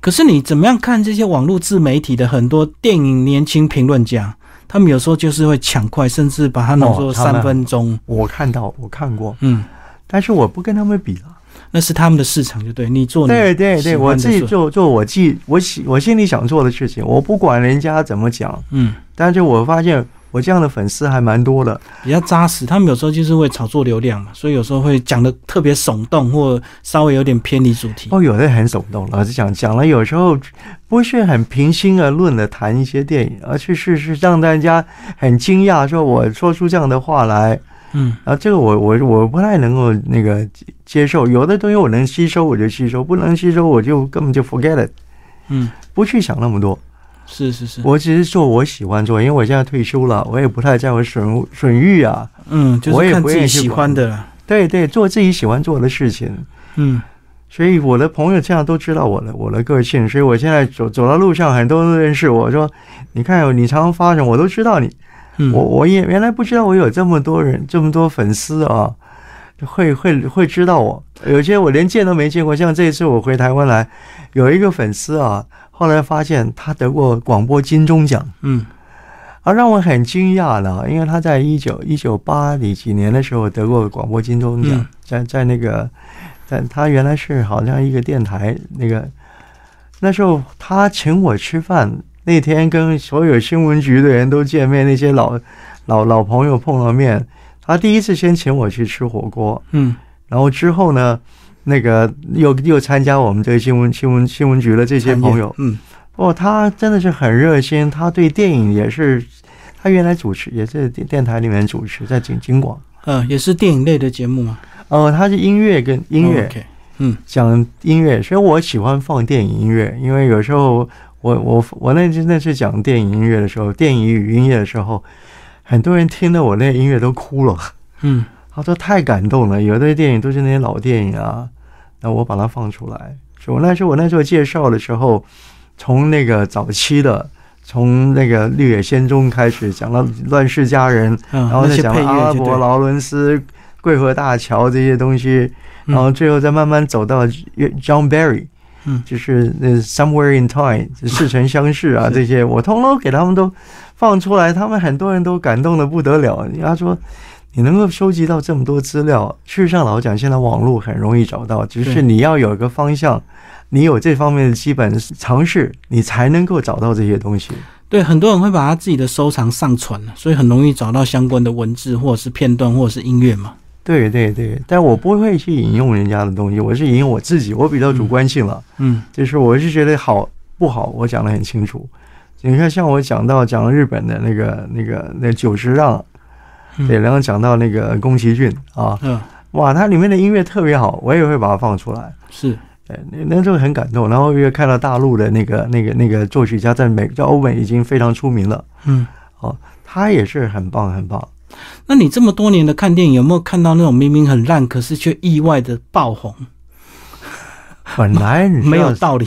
[SPEAKER 1] 可是你怎么样看这些网络自媒体的很多电影年轻评论家？他们有时候就是会抢快，甚至把它弄作
[SPEAKER 2] 哦他们
[SPEAKER 1] 三分钟。
[SPEAKER 2] 我看到，我看过，
[SPEAKER 1] 嗯，
[SPEAKER 2] 但是我不跟他们比了。
[SPEAKER 1] 那是他们的市场，就对哦你做你
[SPEAKER 2] 对对
[SPEAKER 1] 喜欢
[SPEAKER 2] 对，
[SPEAKER 1] 的
[SPEAKER 2] 我自己
[SPEAKER 1] 事
[SPEAKER 2] 做做我自己我喜我心里想做的事情，我不管人家怎么讲。
[SPEAKER 1] 嗯，
[SPEAKER 2] 但是我发现我这样的粉丝还蛮多的。
[SPEAKER 1] 比较扎实。他们有时候就是会炒作流量嘛，所以有时候会讲的特别耸动，或稍微有点偏离主题。
[SPEAKER 2] 哦，有的很耸动，老实讲，讲了有时候不是很平心而论的谈一些电影，而是是是让大家很惊讶，说我说出这样的话来，
[SPEAKER 1] 嗯，
[SPEAKER 2] 啊，这个我我我不太能够那个接接受，有的东西我能吸收我就吸收，不能吸收我就根本就 forget it，
[SPEAKER 1] 嗯，
[SPEAKER 2] 不去想那么多，
[SPEAKER 1] 是是是，
[SPEAKER 2] 我只是做我喜欢做，因为我现在退休了，我也不太在乎损损誉啊，
[SPEAKER 1] 嗯，就
[SPEAKER 2] 我
[SPEAKER 1] 是
[SPEAKER 2] 也
[SPEAKER 1] 看
[SPEAKER 2] 不
[SPEAKER 1] 自己
[SPEAKER 2] 愿意去
[SPEAKER 1] 喜
[SPEAKER 2] 管
[SPEAKER 1] 欢的啦。
[SPEAKER 2] 对对，做自己喜欢做的事情，
[SPEAKER 1] 嗯，
[SPEAKER 2] 所以我的朋友这样都知道我的我的个性，所以我现在走走到路上，很多人都认识我说，你看你常常发什么，我都知道你。
[SPEAKER 1] 嗯，
[SPEAKER 2] 我我也原来不知道我有这么多人，这么多粉丝啊，会会会知道我。有些我连见都没见过，像这一次我回台湾来，有一个粉丝啊，后来发现他得过广播金钟奖。
[SPEAKER 1] 嗯
[SPEAKER 2] 啊，让我很惊讶了，因为他在一九一九八几几年的时候得过广播金钟奖，
[SPEAKER 1] 嗯
[SPEAKER 2] 在在那个，在他原来是好像一个电台那个，那时候他请我吃饭，那天跟所有新闻局的人都见面，那些老老老朋友碰到面，他第一次先请我去吃火锅，
[SPEAKER 1] 嗯
[SPEAKER 2] 然后之后呢，那个又又参加我们这个新闻新闻新闻局的这些朋友，，
[SPEAKER 1] 嗯
[SPEAKER 2] 哦，他真的是很热心，他对电影也是，他原来主持也是电电台里面主持，在景景广
[SPEAKER 1] 呃，也是电影类的节目嘛。
[SPEAKER 2] 啊、哦，它是音乐跟音乐
[SPEAKER 1] 哦 OK，
[SPEAKER 2] 讲音乐，所以我喜欢放电影音乐，因为有时候我我我那真的是讲电影音乐的时候，电影与音乐的时候，很多人听了我那音乐都哭了，
[SPEAKER 1] 嗯，
[SPEAKER 2] 他说太感动了，有的电影都是那些老电影啊，那我把它放出来，所以我那时候我那时候介绍的时候，从那个早期的。从那个《绿野仙踪》开始讲到《乱世佳人》，
[SPEAKER 1] 然
[SPEAKER 2] 然后
[SPEAKER 1] 嗯那
[SPEAKER 2] 再
[SPEAKER 1] 些
[SPEAKER 2] 讲
[SPEAKER 1] 配
[SPEAKER 2] 到阿
[SPEAKER 1] 乐
[SPEAKER 2] 拉
[SPEAKER 1] 就
[SPEAKER 2] 伯、
[SPEAKER 1] 对了，
[SPEAKER 2] 劳伦斯、桂河大桥这些东西，
[SPEAKER 1] 嗯
[SPEAKER 2] 然后最后再慢慢走到 John Barry，
[SPEAKER 1] 嗯
[SPEAKER 2] 就是那 Somewhere in Time 似曾相识啊
[SPEAKER 1] 是
[SPEAKER 2] 这些，我通通给他们都放出来，他们很多人都感动的不得了。人家说你能够收集到这么多资料，事实上老实讲，现在网络很容易找到，只
[SPEAKER 1] 对
[SPEAKER 2] 是你要有一个方向。你有这方面的基本常识，你才能够找到这些东西。
[SPEAKER 1] 对，很多人会把他自己的收藏上传，所以很容易找到相关的文字或者是片段或者是音乐嘛。
[SPEAKER 2] 对对对，但我不会去引用人家的东西，我是引用我自己，我比较主观性了。
[SPEAKER 1] 嗯
[SPEAKER 2] 就是我是觉得好不好，我讲得很清楚。你看，像我讲到讲日本的那个那个那久石让，
[SPEAKER 1] 嗯
[SPEAKER 2] 对，然后讲到那个宫崎骏啊，
[SPEAKER 1] 嗯，
[SPEAKER 2] 哇，它里面的音乐特别好，我也会把它放出来。
[SPEAKER 1] 是
[SPEAKER 2] 对，那那时候很感动，然后又看到大陆的那个那个那个作曲家在美在欧美已经非常出名了，
[SPEAKER 1] 嗯。
[SPEAKER 2] 他也是很棒很棒。
[SPEAKER 1] 那你这么多年的看电影，有没有看到那种明明很烂，可是却意外的爆红？
[SPEAKER 2] 本来你知道
[SPEAKER 1] 没有道理。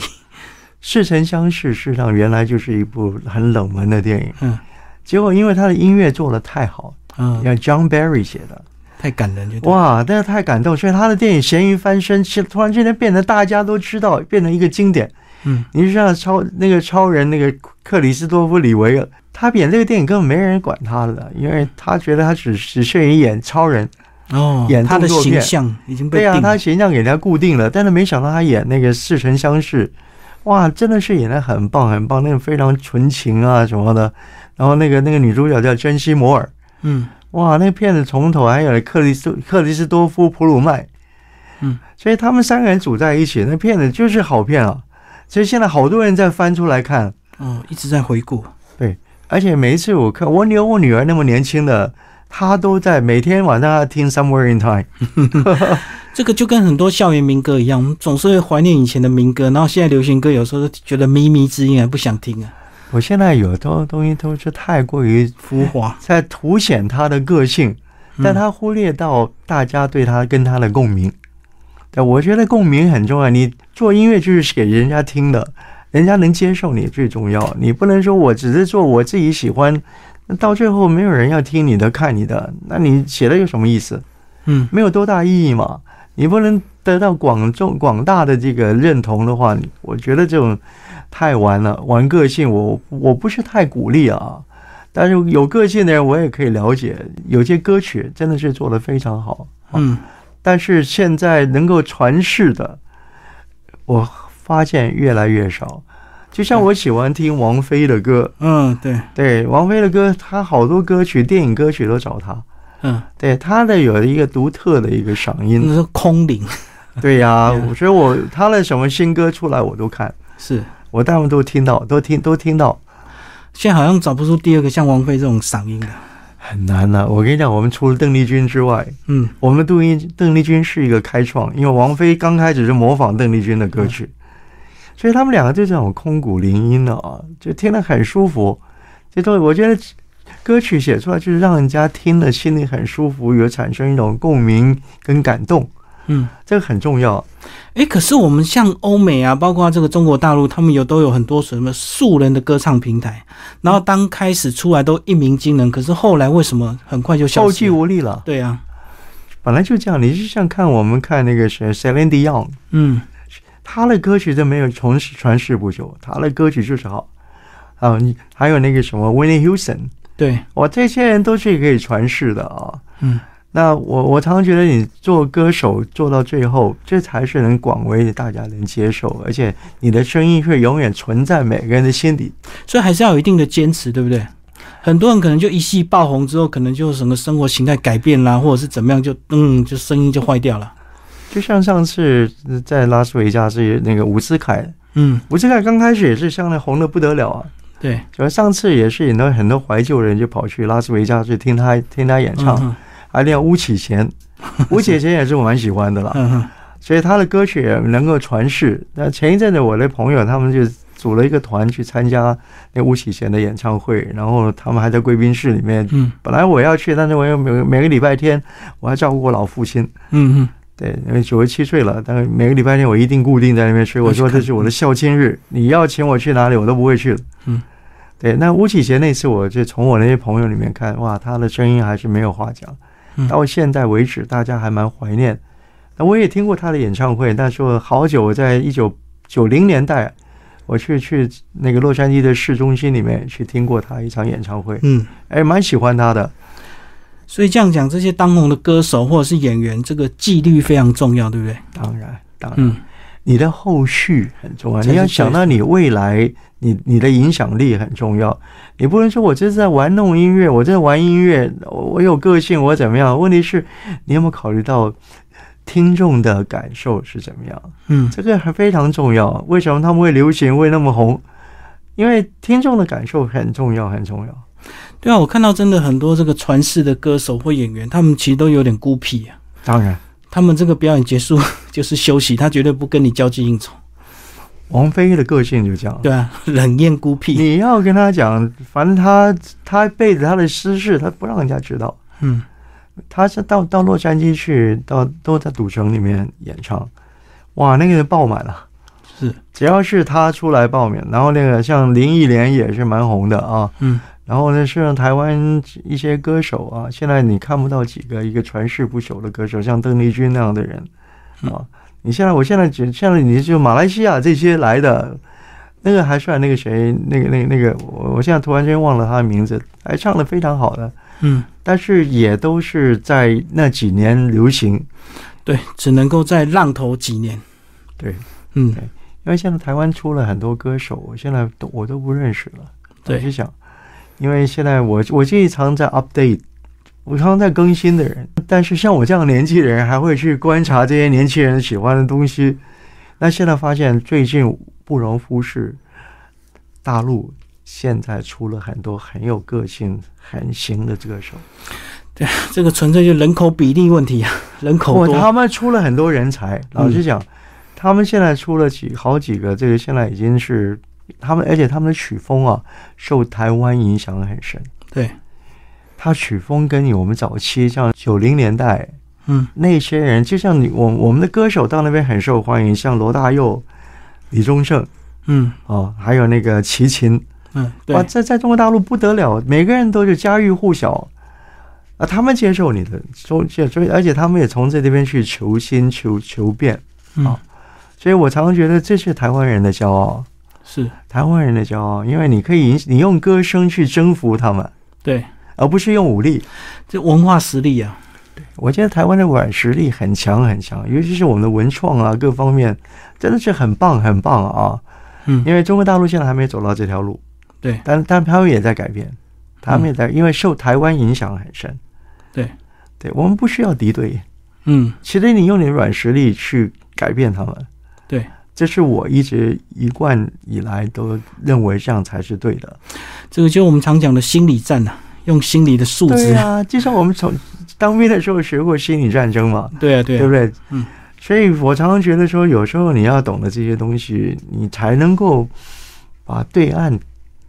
[SPEAKER 2] 似曾相识，事实上原来就是一部很冷门的电影，
[SPEAKER 1] 嗯
[SPEAKER 2] 结果因为他的音乐做得太好，
[SPEAKER 1] 嗯，
[SPEAKER 2] 像 John Barry 写的。
[SPEAKER 1] 太感人就对了。
[SPEAKER 2] 哇，那太感动！所以他的电影《咸鱼翻身》其实突然之间变得大家都知道，变成一个经典。
[SPEAKER 1] 嗯，
[SPEAKER 2] 你就像超那个超人那个克里斯多夫李维尔，他演这个电影根本没人管他了，因为他觉得他只只适于演超人，
[SPEAKER 1] 哦
[SPEAKER 2] 演，
[SPEAKER 1] 他的
[SPEAKER 2] 动作片
[SPEAKER 1] 形象已经被
[SPEAKER 2] 对啊，
[SPEAKER 1] 定
[SPEAKER 2] 他
[SPEAKER 1] 了。
[SPEAKER 2] 形象给人家固定了。但是没想到他演那个《似曾相识》，哇，真的是演的很棒很棒，那个非常纯情啊什么的。然后那个那个女主角叫珍西摩尔，
[SPEAKER 1] 嗯
[SPEAKER 2] 哇，那片子从头还有克里斯克里斯多夫普鲁迈，
[SPEAKER 1] 嗯，
[SPEAKER 2] 所以他们三个人组在一起，那片子就是好片啊。所以现在好多人在翻出来看，
[SPEAKER 1] 哦，一直在回顾。
[SPEAKER 2] 而且每一次我看我女儿我女儿那么年轻的，她都在每天晚上她听《Somewhere in Time》。
[SPEAKER 1] 这个就跟很多校园民歌一样，我们总是会怀念以前的民歌，然后现在流行歌有时候都觉得靡靡之音，还不想听啊，
[SPEAKER 2] 我现在有的东西都是太过于
[SPEAKER 1] 浮华。
[SPEAKER 2] 在凸显她的个性，但她忽略到大家对她跟她的共鸣。对，我觉得共鸣很重要。你做音乐就是给人家听的，人家能接受你最重要。你不能说我只是做我自己喜欢，那到最后没有人要听你的、看你的，那你写的有什么意思？
[SPEAKER 1] 嗯
[SPEAKER 2] 没有多大意义嘛。你不能得到广众广大的这个认同的话，你我觉得这种太玩了，玩个性我，我不是太鼓励啊。但是有个性的人，我也可以了解，有些歌曲真的是做得非常好。
[SPEAKER 1] 嗯
[SPEAKER 2] 但是现在能够传世的，我发现越来越少。就像我喜欢听王菲的歌，
[SPEAKER 1] 嗯，对，
[SPEAKER 2] 对王菲的歌，她好多歌曲、电影歌曲都找她。
[SPEAKER 1] 嗯，
[SPEAKER 2] 对她的有一个独特的一个嗓音，
[SPEAKER 1] 那是空灵，
[SPEAKER 2] 对呀、
[SPEAKER 1] 嗯
[SPEAKER 2] 我所以我她的什么新歌出来我都看，
[SPEAKER 1] 是。
[SPEAKER 2] 我大部分都听到，都听都听到，
[SPEAKER 1] 现在好像找不出第二个像王菲这种嗓音的。
[SPEAKER 2] 很难呐、我跟你讲，我们除了邓丽君之外，
[SPEAKER 1] 嗯，
[SPEAKER 2] 我们的邓丽邓丽君是一个开创，因为王菲刚开始是模仿邓丽君的歌曲，所以他们两个就这种空谷林荫的啊，就听得很舒服。这都我觉得歌曲写出来就是让人家听了心里很舒服，有产生一种共鸣跟感动，
[SPEAKER 1] 嗯，
[SPEAKER 2] 这个很重要。
[SPEAKER 1] 诶，可是我们像欧美啊，包括这个中国大陆，他们有都有很多什么素人的歌唱平台，然后当开始出来都一鸣惊人，可是后来为什么很快就消
[SPEAKER 2] 后
[SPEAKER 1] 失
[SPEAKER 2] 继
[SPEAKER 1] 了？
[SPEAKER 2] 无力了，
[SPEAKER 1] 对啊，
[SPEAKER 2] 本来就这样。你就像看我们看那个谁 Celine Dion，
[SPEAKER 1] 嗯
[SPEAKER 2] 他的歌曲就没有从传世不久，他的歌曲就是好啊。你还有那个什么 Winnie Houston。
[SPEAKER 1] 对，
[SPEAKER 2] 我这些人都是可以传世的啊。
[SPEAKER 1] 嗯，
[SPEAKER 2] 那我我常常觉得你做歌手做到最后，这才是能广为大家能接受，而且你的声音会永远存在每个人的心里。
[SPEAKER 1] 所以还是要有一定的坚持，对不对？很多人可能就一夕爆红之后，可能就整个生活形态改变啦，或者是怎么样就，嗯，就声音就坏掉了。
[SPEAKER 2] 就像上次呃在拉斯维加斯那个伍思凯，
[SPEAKER 1] 嗯，
[SPEAKER 2] 伍思凯刚开始也是相当红的不得了啊。
[SPEAKER 1] 对，
[SPEAKER 2] 主要上次也是很多很多怀旧人就跑去拉斯维加斯听他听他演唱，
[SPEAKER 1] 嗯嗯
[SPEAKER 2] 还有另外巫启贤，巫启贤也是我蛮喜欢的啦。
[SPEAKER 1] 嗯哼，
[SPEAKER 2] 所以他的歌曲也能够传世。那前一阵子我的朋友他们就组了一个团去参加那巫启贤的演唱会，然后他们还在贵宾室里面。
[SPEAKER 1] 嗯
[SPEAKER 2] 本来我要去，但是我又每个每个礼拜天我还照顾我老父亲，
[SPEAKER 1] 嗯嗯，
[SPEAKER 2] 对，因为九十七岁了，但是每个礼拜天我一定固定在那边睡。我说这是我的孝亲日，你要请我去哪里我都不会去。
[SPEAKER 1] 嗯，
[SPEAKER 2] 对。那巫启贤那次，我就从我那些朋友里面看，哇，他的声音还是没有话讲
[SPEAKER 1] 嗯。
[SPEAKER 2] 到现在为止，大家还蛮怀念。那我也听过他的演唱会，但是我好久，我在一九九零年代，我去去那个洛杉矶的市中心里面去听过他一场演唱会，
[SPEAKER 1] 嗯，
[SPEAKER 2] 哎，蛮喜欢他的。
[SPEAKER 1] 所以这样讲，这些当红的歌手或者是演员，这个纪律非常重要，对不对？
[SPEAKER 2] 当然，当然。
[SPEAKER 1] 嗯
[SPEAKER 2] 你的后续很重要，
[SPEAKER 1] 才是
[SPEAKER 2] 你要想到你未来，你你的影响力很重要。你不能说我这是在玩弄音乐，我这玩音乐，我我有个性，我怎么样？问题是，你有没有考虑到听众的感受是怎么样？
[SPEAKER 1] 嗯
[SPEAKER 2] 这个还非常重要。为什么他们会流行，会那么红？因为听众的感受很重要，很重要。
[SPEAKER 1] 对啊，我看到真的很多这个传世的歌手或演员，他们其实都有点孤僻啊。
[SPEAKER 2] 当然，
[SPEAKER 1] 他们这个表演结束 就是休息，他绝对不跟你交际应酬，
[SPEAKER 2] 王菲的个性就这样。
[SPEAKER 1] 对啊，冷艳孤僻。
[SPEAKER 2] 你要跟他讲，反正他他背着他的私事，他不让人家知道。
[SPEAKER 1] 嗯
[SPEAKER 2] 他是到到洛杉矶去，到都在赌城里面演唱，哇，那个爆满了。
[SPEAKER 1] 是，
[SPEAKER 2] 只要是他出来报名，然后那个像林忆莲也是蛮红的啊，
[SPEAKER 1] 嗯，
[SPEAKER 2] 然后呢，是让台湾一些歌手啊，现在你看不到几个一个传世不朽的歌手，像邓丽君那样的人啊。
[SPEAKER 1] 嗯
[SPEAKER 2] 你现在，我现在只现在你就马来西亚这些来的，那个还算那个谁，那个那个那个，我我现在突然间忘了他的名字，还唱的非常好的。
[SPEAKER 1] 嗯，
[SPEAKER 2] 但是也都是在那几年流行，
[SPEAKER 1] 对，只能够在浪头几年。
[SPEAKER 2] 对，
[SPEAKER 1] 嗯，
[SPEAKER 2] 因为现在台湾出了很多歌手，我现在都我都不认识了。
[SPEAKER 1] 对
[SPEAKER 2] 我就想，因为现在我我经常在 update，我常常在更新的人，但是像我这样年纪的人，还会去观察这些年轻人喜欢的东西。那现在发现，最近不容忽视，大陆现在出了很多很有个性、很行的歌手。
[SPEAKER 1] 这个纯粹就人口比例问题啊， 人口
[SPEAKER 2] 我
[SPEAKER 1] 多。嗯
[SPEAKER 2] 他们出了很多人才，老实讲，他们现在出了几好几个，这个现在已经是他们，而且他们的曲风啊，受台湾影响很深。
[SPEAKER 1] 对，
[SPEAKER 2] 他曲风跟你我们早期像九零年代
[SPEAKER 1] 嗯
[SPEAKER 2] 那些人，就像你我我们的歌手到那边很受欢迎，像罗大佑、李宗盛
[SPEAKER 1] 嗯
[SPEAKER 2] 啊、还有那个齐秦，
[SPEAKER 1] 嗯，
[SPEAKER 2] 哇，
[SPEAKER 1] 对，
[SPEAKER 2] 在在中国大陆不得了，每个人都是家喻户晓啊，他们接受你的，所以所以而且他们也从这里边去求新求求变，
[SPEAKER 1] 嗯
[SPEAKER 2] 好所以我常常觉得这是台湾人的骄傲，
[SPEAKER 1] 是，
[SPEAKER 2] 台湾人的骄傲，因为你可以你用歌声去征服他们，
[SPEAKER 1] 对，
[SPEAKER 2] 而不是用武力。
[SPEAKER 1] 这文化实力啊，
[SPEAKER 2] 我觉得台湾的软实力很强很强，尤其是我们的文创啊各方面，真的是很棒很棒啊！
[SPEAKER 1] 嗯
[SPEAKER 2] 因为中国大陆现在还没走到这条路，
[SPEAKER 1] 对嗯
[SPEAKER 2] 但但他们也在改变，他们也在，因为受台湾影响很深。
[SPEAKER 1] 对，
[SPEAKER 2] 对我们不需要敌对，
[SPEAKER 1] 嗯
[SPEAKER 2] 其实你用你的软实力去改变他们，
[SPEAKER 1] 对，
[SPEAKER 2] 这是我一直一贯以来都认为这样才是对的。
[SPEAKER 1] 这个就是我们常讲的心理战呐、啊，用心理的素质
[SPEAKER 2] 对。啊，就像我们从当兵的时候学过心理战争嘛，
[SPEAKER 1] 对啊，对
[SPEAKER 2] 对
[SPEAKER 1] 啊
[SPEAKER 2] 不，对？
[SPEAKER 1] 嗯，
[SPEAKER 2] 所以我常常觉得说，有时候你要懂得这些东西，你才能够把对岸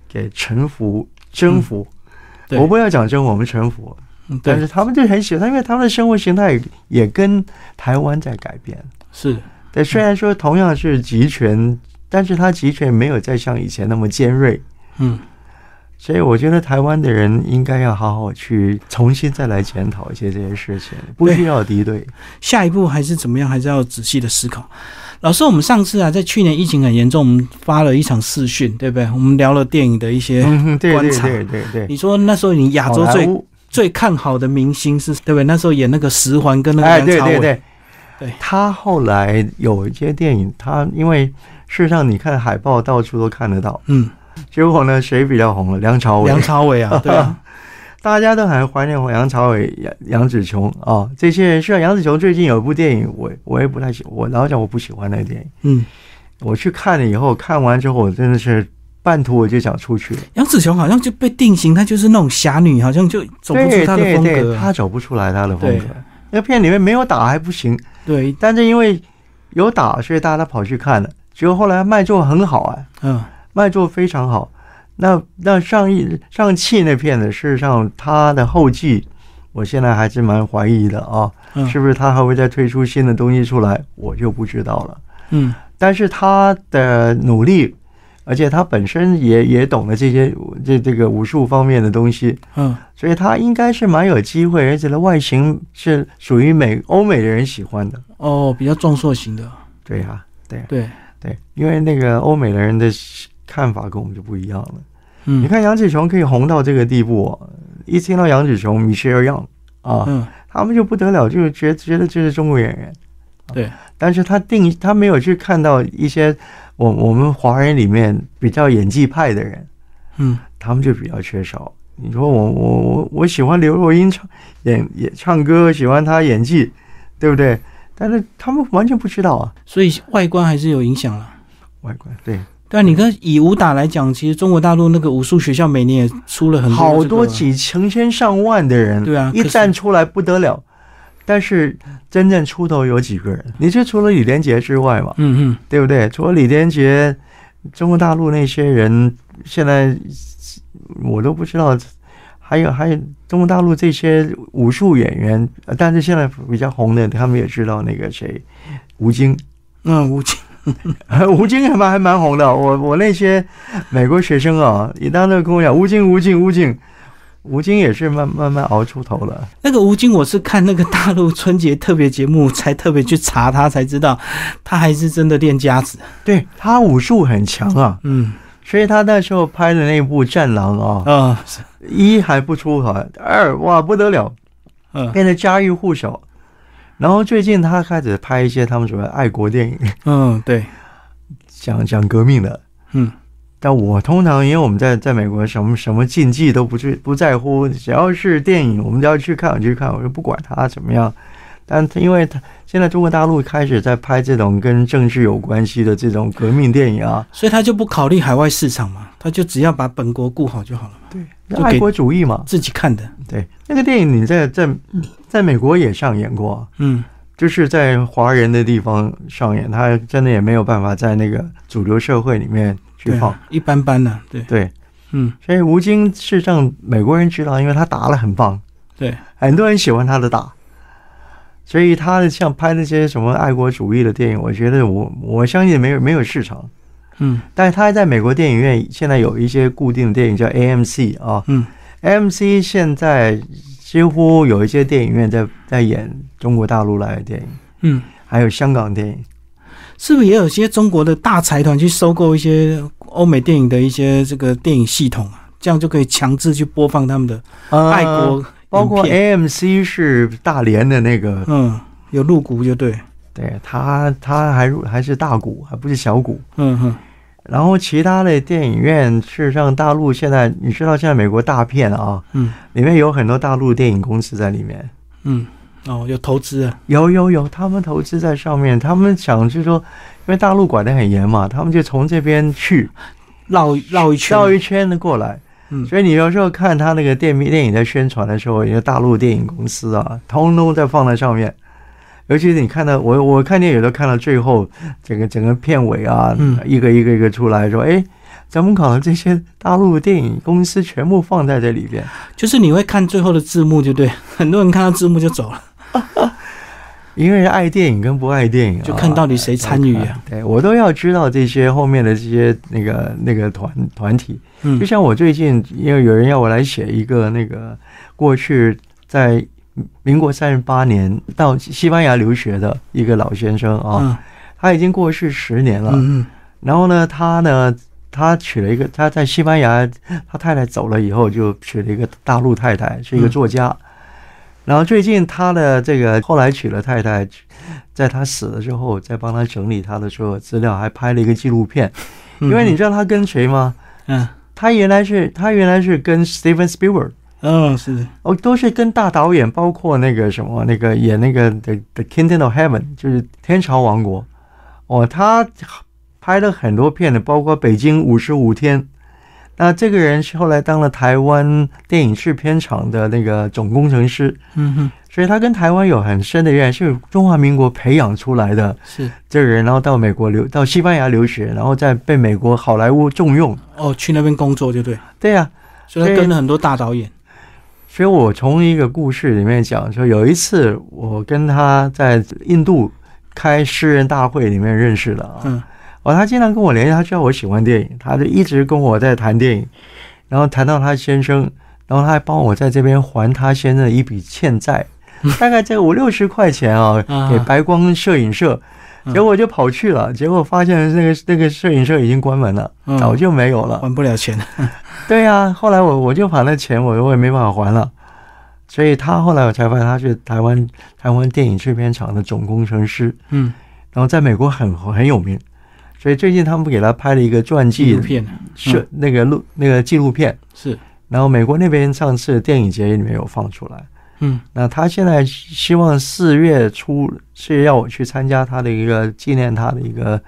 [SPEAKER 2] 给臣服、征服。
[SPEAKER 1] 嗯对
[SPEAKER 2] 我不要讲征服，我们臣服，
[SPEAKER 1] 嗯
[SPEAKER 2] 但
[SPEAKER 1] 对，
[SPEAKER 2] 是他们就很喜欢，因为他们的生活形态也跟台湾在改变。
[SPEAKER 1] 是，
[SPEAKER 2] 对，虽然说同样是集权，但是他集权没有再像以前那么尖锐。
[SPEAKER 1] 嗯，
[SPEAKER 2] 所以我觉得台湾的人应该要好好去重新再来检讨一些这些事情，不需要敌对。
[SPEAKER 1] 下一步还是怎么样，还是要仔细的思考。老师，我们上次啊，在去年疫情很严重，我们发了一场视讯，对不对？我们聊了电影的一些。
[SPEAKER 2] 嗯哼，对
[SPEAKER 1] 观
[SPEAKER 2] 对
[SPEAKER 1] 察
[SPEAKER 2] 对对对。
[SPEAKER 1] 你说那时候你亚洲
[SPEAKER 2] 好莱
[SPEAKER 1] 最
[SPEAKER 2] 坞
[SPEAKER 1] 最看好的明星是对不对？那时候演那个十环跟那个
[SPEAKER 2] 哎，
[SPEAKER 1] 梁
[SPEAKER 2] 对
[SPEAKER 1] 朝伟，
[SPEAKER 2] 对对，
[SPEAKER 1] 对
[SPEAKER 2] 他后来有一些电影，他因为事实上你看海报到处都看得到，
[SPEAKER 1] 嗯，
[SPEAKER 2] 结果呢，谁比较红了？梁朝伟
[SPEAKER 1] 梁，朝伟 啊，对啊，
[SPEAKER 2] 大家都很怀念梁朝伟、杨杨紫琼啊、这些人。虽然杨紫琼最近有一部电影，我我也不太喜，我老实讲我不喜欢那个电影。
[SPEAKER 1] 嗯，
[SPEAKER 2] 我去看了以后，看完之后我真的是半途我就想出去了。
[SPEAKER 1] 杨紫琼好像就被定型，她就是那种侠女，好像就走不出
[SPEAKER 2] 对
[SPEAKER 1] 她的
[SPEAKER 2] 对
[SPEAKER 1] 风
[SPEAKER 2] 对，
[SPEAKER 1] 格。啊
[SPEAKER 2] 他走不出来他的风
[SPEAKER 1] 对
[SPEAKER 2] 格。那片里面没有打还不行，
[SPEAKER 1] 对，
[SPEAKER 2] 但是因为有打，所以大家跑去看了。结果后来卖座很好啊，
[SPEAKER 1] 嗯，
[SPEAKER 2] 卖座非常好。那那上一上汽那片呢，事实上它的后继，我现在还是蛮怀疑的啊，
[SPEAKER 1] 嗯
[SPEAKER 2] 是不是它还会再推出新的东西出来，我就不知道了。
[SPEAKER 1] 嗯，
[SPEAKER 2] 但是他的哦努力，而且他本身也也懂得这些这这个武术方面的东西，
[SPEAKER 1] 嗯，
[SPEAKER 2] 所以他应该是蛮有机会，而且的外形是属于美欧美的人喜欢的。
[SPEAKER 1] 哦，比较壮硕型的，
[SPEAKER 2] 对呀、对呀、
[SPEAKER 1] 对，
[SPEAKER 2] 对，因为那个欧美的人的看法跟我们就不一样了。你
[SPEAKER 1] 嗯，
[SPEAKER 2] 看杨紫琼可以红到这个地步、哦，一听到杨紫琼、Michelle Yang 啊，
[SPEAKER 1] 嗯，
[SPEAKER 2] 他们就不得了，就是觉觉得这是中国演员。啊
[SPEAKER 1] 对，
[SPEAKER 2] 但是他定他没有去看到一些我我们华人里面比较演技派的人，
[SPEAKER 1] 嗯，
[SPEAKER 2] 他们就比较缺少。你说我我我我喜欢刘若英唱演演唱歌，喜欢她演技，对不对？但是他们完全不知道啊，
[SPEAKER 1] 所以外观还是有影响了。
[SPEAKER 2] 外观对，
[SPEAKER 1] 但你跟以武打来讲，其实中国大陆那个武术学校每年也出了很多、
[SPEAKER 2] 好多，几成千上万的人，
[SPEAKER 1] 对啊
[SPEAKER 2] 一
[SPEAKER 1] 可是
[SPEAKER 2] 站出来不得了。但是真正出头有几个人？你就除了李连杰之外嘛，
[SPEAKER 1] 嗯嗯，
[SPEAKER 2] 对不对？除了李连杰，中国大陆那些人现在我都不知道，还有还有中国大陆这些武术演员，呃但是现在比较红的，他们也知道那个谁，吴京，
[SPEAKER 1] 嗯，吴京，
[SPEAKER 2] 吴京还蛮还蛮红的。我我那些美国学生啊，一当时跟我讲吴京吴京吴京，吴京也是慢慢慢熬出头了。
[SPEAKER 1] 那个吴京，我是看那个大陆春节特别节目才特别去查他，才知道他还是真的练家子。
[SPEAKER 2] 对他武术很强啊，
[SPEAKER 1] 嗯，
[SPEAKER 2] 所以他那时候拍的那部《战狼》啊，
[SPEAKER 1] 啊、
[SPEAKER 2] 一还不出好，二哇不得了，
[SPEAKER 1] 嗯
[SPEAKER 2] 变得家喻户晓。然后最近他开始拍一些他们所谓的爱国电影，
[SPEAKER 1] 嗯，对，
[SPEAKER 2] 讲讲革命的。
[SPEAKER 1] 嗯，
[SPEAKER 2] 但我通常因为我们在在美国什么什么禁忌都不去不在乎，只要是电影我们就要去看，我就去看，我就不管它怎么样。但他因为他现在中国大陆开始在拍这种跟政治有关系的这种革命电影啊，
[SPEAKER 1] 所以他就不考虑海外市场嘛，他就只要把本国顾好就好了嘛，
[SPEAKER 2] 对，
[SPEAKER 1] 就给
[SPEAKER 2] 爱国主义嘛，
[SPEAKER 1] 自己看的。
[SPEAKER 2] 对，那个电影你在在在美国也上演过啊，
[SPEAKER 1] 嗯
[SPEAKER 2] 就是在华人的地方上演，他真的也没有办法在那个主流社会里面去
[SPEAKER 1] 对
[SPEAKER 2] 放。
[SPEAKER 1] 啊，一般般的、对，
[SPEAKER 2] 对，
[SPEAKER 1] 嗯，
[SPEAKER 2] 所以吴京是让美国人知道，因为他打了很棒，
[SPEAKER 1] 对，
[SPEAKER 2] 很多人喜欢他的打，所以他的像拍那些什么爱国主义的电影，我觉得我我相信没有没有市场。
[SPEAKER 1] 嗯
[SPEAKER 2] 但是他在美国电影院现在有一些固定的电影叫 AMC 啊
[SPEAKER 1] 嗯，
[SPEAKER 2] ，AMC 现在几乎有一些电影院在在演中国大陆来的电影，
[SPEAKER 1] 嗯，
[SPEAKER 2] 还有香港电影。
[SPEAKER 1] 是不是也有些中国的大财团去收购一些欧美电影的一些这个电影系统啊？这样就可以强制去播放他们的
[SPEAKER 2] 呃
[SPEAKER 1] 爱国，
[SPEAKER 2] 包括
[SPEAKER 1] 影片
[SPEAKER 2] AMC 是大连的那个，
[SPEAKER 1] 嗯，有入股就对，
[SPEAKER 2] 对他他还入还是大股，还不是小股。
[SPEAKER 1] 嗯哼，
[SPEAKER 2] 然后其他的电影院，事实上大陆现在你知道，现在美国大片啊，
[SPEAKER 1] 嗯
[SPEAKER 2] 里面有很多大陆电影公司在里面，
[SPEAKER 1] 嗯，哦，有投资啊，
[SPEAKER 2] 有有有，他们投资在上面，他们想就是说，因为大陆管得很严嘛，他们就从这边去
[SPEAKER 1] 绕绕一圈，啊
[SPEAKER 2] 绕一圈的过来。
[SPEAKER 1] 嗯
[SPEAKER 2] 所以你有时候看他那个电电影在宣传的时候，一个大陆电影公司啊，通通在放在上面。尤其是你看到我，我看电影都看到最后整个整个片尾啊，
[SPEAKER 1] 嗯
[SPEAKER 2] 一个一个一个出来说，哎，咱们搞的这些大陆电影公司全部放在这里边。
[SPEAKER 1] 就是你会看最后的字幕，就对， 很多人看到字幕就走了，
[SPEAKER 2] 因为爱电影跟不爱电影、啊，
[SPEAKER 1] 就看到底谁参与啊？
[SPEAKER 2] 对我都要知道这些后面的这些那个那个团团体，
[SPEAKER 1] 嗯
[SPEAKER 2] 就像我最近，因为有人要我来写一个那个过去在民国三十八年到西班牙留学的一个老先生啊，
[SPEAKER 1] 嗯
[SPEAKER 2] 他已经过世十年了。
[SPEAKER 1] 嗯嗯
[SPEAKER 2] 然后呢，他呢，他娶了一个他在西班牙，他太太走了以后就娶了一个大陆太太，是一
[SPEAKER 1] 嗯
[SPEAKER 2] 个作家。然后最近他的这个后来娶了太太，在他死了之后，再帮他整理他的所有资料，还拍了一个纪录片。
[SPEAKER 1] 嗯，
[SPEAKER 2] 因为你知道他跟谁吗？
[SPEAKER 1] 嗯
[SPEAKER 2] 他原来是他原来是跟 Steven Spielberg，
[SPEAKER 1] 嗯是
[SPEAKER 2] 哦，都是跟大导演，包括那个什么那个演那个《The The Kingdom of Heaven》，就是《天朝王国》。哦，他拍了很多片的，包括《北京五十五天》那这个人是后来当了台湾电影制片厂的那个总工程师，
[SPEAKER 1] 嗯哼，
[SPEAKER 2] 所以他跟台湾有很深的渊源，是中华民国培养出来的
[SPEAKER 1] 是
[SPEAKER 2] 这个人，然后到美国留到西班牙留学，然后再被美国好莱坞重用。
[SPEAKER 1] 哦，去那边工作就对，
[SPEAKER 2] 对呀、
[SPEAKER 1] 所以他跟了很多大导演，
[SPEAKER 2] 所以我从一个故事里面讲，说有一次我跟他在印度开诗人大会里面认识的啊。
[SPEAKER 1] 嗯
[SPEAKER 2] 哦，他经常跟我联系，他知道我喜欢电影，他就一直跟我在谈电影，然后谈到他先生，然后他还帮我在这边还他先生的一笔 欠债，大概在五六十块钱啊，
[SPEAKER 1] 啊
[SPEAKER 2] 给白光摄影社。
[SPEAKER 1] 嗯
[SPEAKER 2] 结果我就跑去了，结果发现那个那个摄影社已经关门了，
[SPEAKER 1] 嗯，
[SPEAKER 2] 早就没有了。
[SPEAKER 1] 还不了钱，
[SPEAKER 2] 对呀、后来我我就把那钱我我也没办法还了，所以他后来我才发现他是台湾台湾电影制片厂的总工程师，
[SPEAKER 1] 嗯，
[SPEAKER 2] 然后在美国很很有名，所以最近他们给他拍了一个传
[SPEAKER 1] 纪
[SPEAKER 2] 记
[SPEAKER 1] 录片啊嗯
[SPEAKER 2] 是那个录那个纪录片，
[SPEAKER 1] 是，
[SPEAKER 2] 然后美国那边上次电影节里面有放出来，
[SPEAKER 1] 嗯
[SPEAKER 2] 那他现在希望四月初是要我去参加他的一个纪念他的一个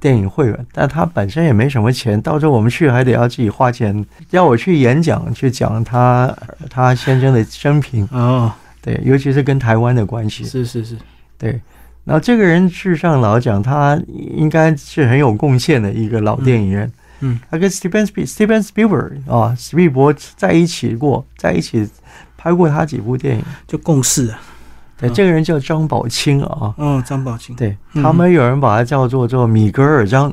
[SPEAKER 2] 电影会员，但他本身也没什么钱，到时候我们去还得要自己花钱，要我去演讲去讲他他先生的生平，
[SPEAKER 1] 哦，
[SPEAKER 2] 对，尤其是跟台湾的关系，
[SPEAKER 1] 是是是，
[SPEAKER 2] 对。然后这个人事实上老讲，他应该是很有贡献的一个老电影人。
[SPEAKER 1] 嗯嗯
[SPEAKER 2] 他跟 Steven Sp Steven Spielberg 啊，史蒂伯在一起过，在一起拍过他几部电影。
[SPEAKER 1] 就共事啊，
[SPEAKER 2] 对，
[SPEAKER 1] 嗯
[SPEAKER 2] 这个人叫张宝清啊，
[SPEAKER 1] 嗯，张宝清，
[SPEAKER 2] 对
[SPEAKER 1] 嗯
[SPEAKER 2] 他们有人把他叫做做米格尔张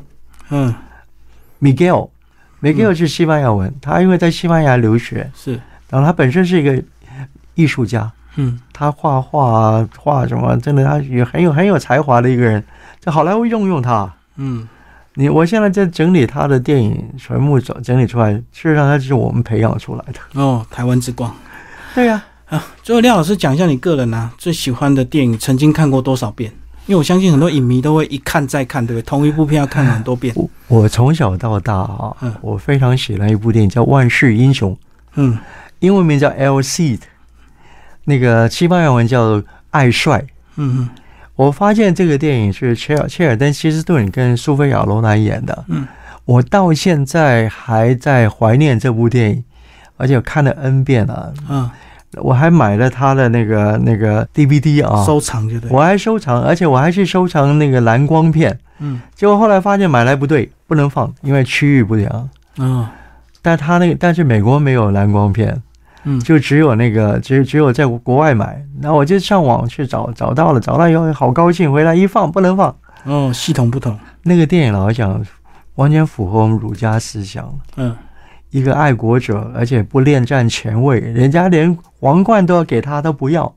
[SPEAKER 1] 嗯
[SPEAKER 2] （Miguel）。Miguel 是西班牙文，他因为在西班牙留学，
[SPEAKER 1] 是，
[SPEAKER 2] 然后他本身是一个艺术家，
[SPEAKER 1] 嗯
[SPEAKER 2] 他画画啊画什么，真的他也很有很有才华的一个人，在好莱坞用用他。
[SPEAKER 1] 嗯
[SPEAKER 2] 你我现在在整理他的电影全部整整理出来，事实上他就是我们培养出来的。
[SPEAKER 1] 哦，台湾之光。
[SPEAKER 2] 对呀、
[SPEAKER 1] 最后，廖老师讲一下你个人啊最喜欢的电影，曾经看过多少遍？因为我相信很多影迷都会一看再看，对不对？同一部片要看很多遍。
[SPEAKER 2] 我我从小到大啊
[SPEAKER 1] 嗯，
[SPEAKER 2] 我非常喜欢一部电影叫《万世英雄》。
[SPEAKER 1] 嗯，
[SPEAKER 2] 英文名叫 El Cid，那个西班牙文叫爱帅。
[SPEAKER 1] 嗯
[SPEAKER 2] 我发现这个电影是切尔切尔登·希斯顿跟苏菲亚·罗兰演的，
[SPEAKER 1] 嗯，
[SPEAKER 2] 我到现在还在怀念这部电影，而且我看了 N 遍了，
[SPEAKER 1] 嗯
[SPEAKER 2] 我还买了他的那个那个 DVD
[SPEAKER 1] 嗯，
[SPEAKER 2] 啊，
[SPEAKER 1] 收藏就对。
[SPEAKER 2] 我还收藏，而且我还去收藏那个蓝光片，
[SPEAKER 1] 嗯
[SPEAKER 2] 结果后来发现买来不对，不能放，因为区域不良。
[SPEAKER 1] 嗯
[SPEAKER 2] 但他那个，但是美国没有蓝光片，
[SPEAKER 1] 嗯，
[SPEAKER 2] 就只有那个，只只有在国外买。然后我就上网去找，找到了，找到以后好高兴，回来一放不能放。
[SPEAKER 1] 哦，系统不同。
[SPEAKER 2] 那个电影老实讲完全符合我们儒家思想，
[SPEAKER 1] 嗯，
[SPEAKER 2] 一个爱国者，而且不恋战前卫，人家连皇冠都要给他，他不要。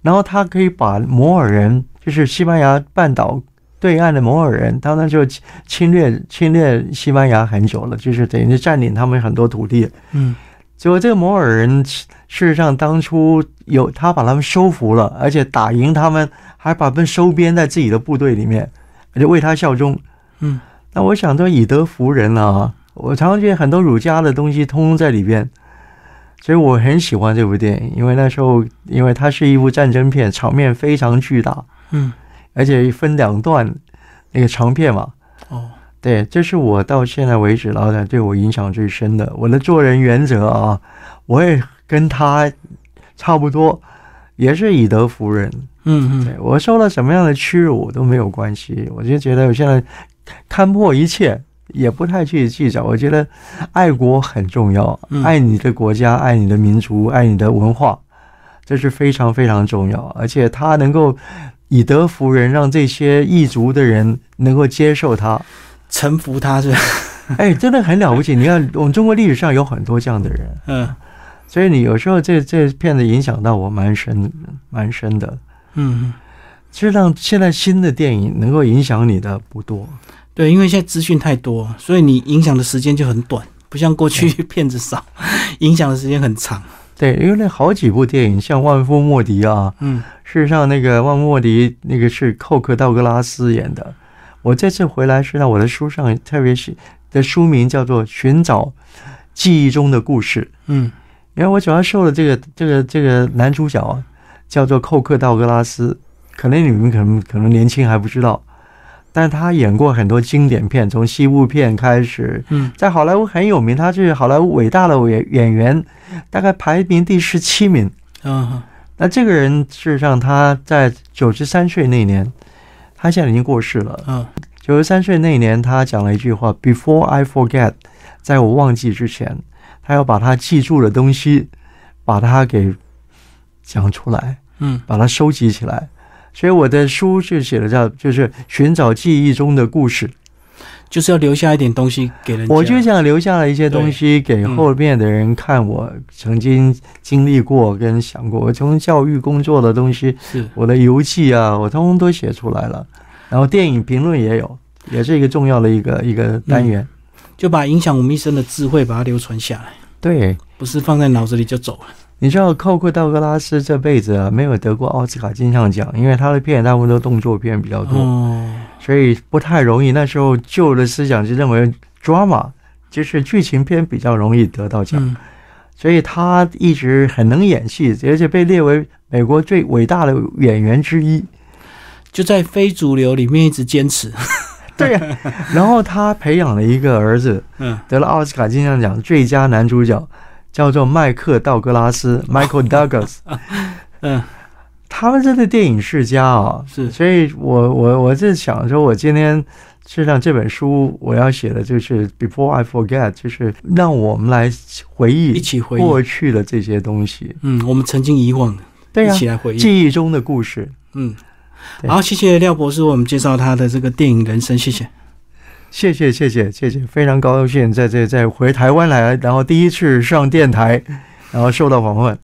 [SPEAKER 2] 然后他可以把摩尔人，就是西班牙半岛对岸的摩尔人，他那时候侵侵略侵略西班牙很久了，就是等于是占领他们很多土地。
[SPEAKER 1] 嗯
[SPEAKER 2] 结果这个摩尔人事实上当初有他把他们收服了，而且打赢他们，还把他们收编在自己的部队里面，而且为他效忠。
[SPEAKER 1] 嗯，
[SPEAKER 2] 那我想说以德服人了啊！我常常觉得很多儒家的东西通通在里边，所以我很喜欢这部电影，因为那时候因为它是一部战争片，场面非常巨大，
[SPEAKER 1] 嗯，
[SPEAKER 2] 而且分两段那个长片嘛。
[SPEAKER 1] 哦，
[SPEAKER 2] 对，这是我到现在为止老板对我影响最深的。我的做人原则啊，我也跟他差不多，也是以德服人。
[SPEAKER 1] 嗯嗯
[SPEAKER 2] 对我受了什么样的屈辱都没有关系，我就觉得我现在看破一切，也不太去计较。我觉得爱国很重要
[SPEAKER 1] 嗯，
[SPEAKER 2] 爱你的国家，爱你的民族，爱你的文化，这是非常非常重要。而且他能够以德服人，让这些异族的人能够接受他。
[SPEAKER 1] 臣服他是吧？
[SPEAKER 2] 哎，真的很了不起！你看，我们中国历史上有很多这样的人，
[SPEAKER 1] 嗯
[SPEAKER 2] 所以你有时候这这片子影响到我蛮深，蛮深的。
[SPEAKER 1] 嗯嗯，
[SPEAKER 2] 其实让现在新的电影能够影响你的不多，
[SPEAKER 1] 对，因为现在资讯太多，所以你影响的时间就很短，不像过去 骗子少，影响的时间很长。
[SPEAKER 2] 对，因为那好几部电影，像《万夫莫敌》啊，
[SPEAKER 1] 嗯
[SPEAKER 2] 事实上那个《万夫莫敌》那个是寇克·道格拉斯演的。我这次回来，实际上我的书上特别是的书名叫做《寻找记忆中的故事》。
[SPEAKER 1] 嗯
[SPEAKER 2] 因为我主要受了这个这个这个男主角啊，叫做寇克·道格拉斯，可能你们可能可能年轻还不知道，但他演过很多经典片，从西部片开始，
[SPEAKER 1] 嗯，
[SPEAKER 2] 在好莱坞很有名，他是好莱坞伟大的演演员，大概排名第十七名。
[SPEAKER 1] 啊，
[SPEAKER 2] 那这个人事实上他在九十三岁那年，他现在已经过世了。
[SPEAKER 1] 嗯，
[SPEAKER 2] 九十三岁那年，他讲了一句话：“Before I forget，在我忘记之前，他要把他记住的东西，把它给讲出来，
[SPEAKER 1] 嗯，
[SPEAKER 2] 把它收集起来。”所以我的书是写的叫，就是寻找记忆中的故事。
[SPEAKER 1] 就是要留下一点东西给人家。
[SPEAKER 2] 我就想留下了一些东西给后面的人看，我曾经经历过跟想过。我从教育工作的东西，
[SPEAKER 1] 是
[SPEAKER 2] 我的游记啊，我通通都写出来了。然后电影评论也有，也是一个重要的一个一个单元。
[SPEAKER 1] 就把影响我们一生的智慧把它流传下来，
[SPEAKER 2] 对，
[SPEAKER 1] 不是放在脑子里就走了。
[SPEAKER 2] 你知道寇克道格拉斯这辈子啊没有得过奥斯卡金像奖，因为他的片大部分都动作片比较多，
[SPEAKER 1] 哦，
[SPEAKER 2] 所以不太容易。那时候旧的思想是认为 drama 就是剧情片比较容易得到奖。
[SPEAKER 1] 嗯
[SPEAKER 2] 所以他一直很能演戏，而且被列为美国最伟大的演员之一。
[SPEAKER 1] 就在非主流里面一直坚持。
[SPEAKER 2] 对呀、然后他培养了一个儿子，
[SPEAKER 1] 嗯，
[SPEAKER 2] 得了奥斯卡金像奖最佳男主角，叫做麦克·道格 拉斯 （Michael Douglas）。
[SPEAKER 1] 嗯，
[SPEAKER 2] 他们真的电影世家啊！
[SPEAKER 1] 是
[SPEAKER 2] 所以我我我是想说，我今天事实上这本书我要写的就是《Before I Forget》，就是让我们来回
[SPEAKER 1] 一
[SPEAKER 2] 忆
[SPEAKER 1] 起回忆。
[SPEAKER 2] 嗯过去的这些东西。
[SPEAKER 1] 嗯，我们曾经遗忘的，
[SPEAKER 2] 对呀、
[SPEAKER 1] 一起来回忆。
[SPEAKER 2] 记忆中的故事。
[SPEAKER 1] 嗯，
[SPEAKER 2] 对
[SPEAKER 1] 好，谢谢廖博士为我们介绍他的这个电影人生，谢谢。
[SPEAKER 2] 谢谢谢谢谢谢，非常高兴在这在回台湾来，然后第一次上电台，然后受到访问。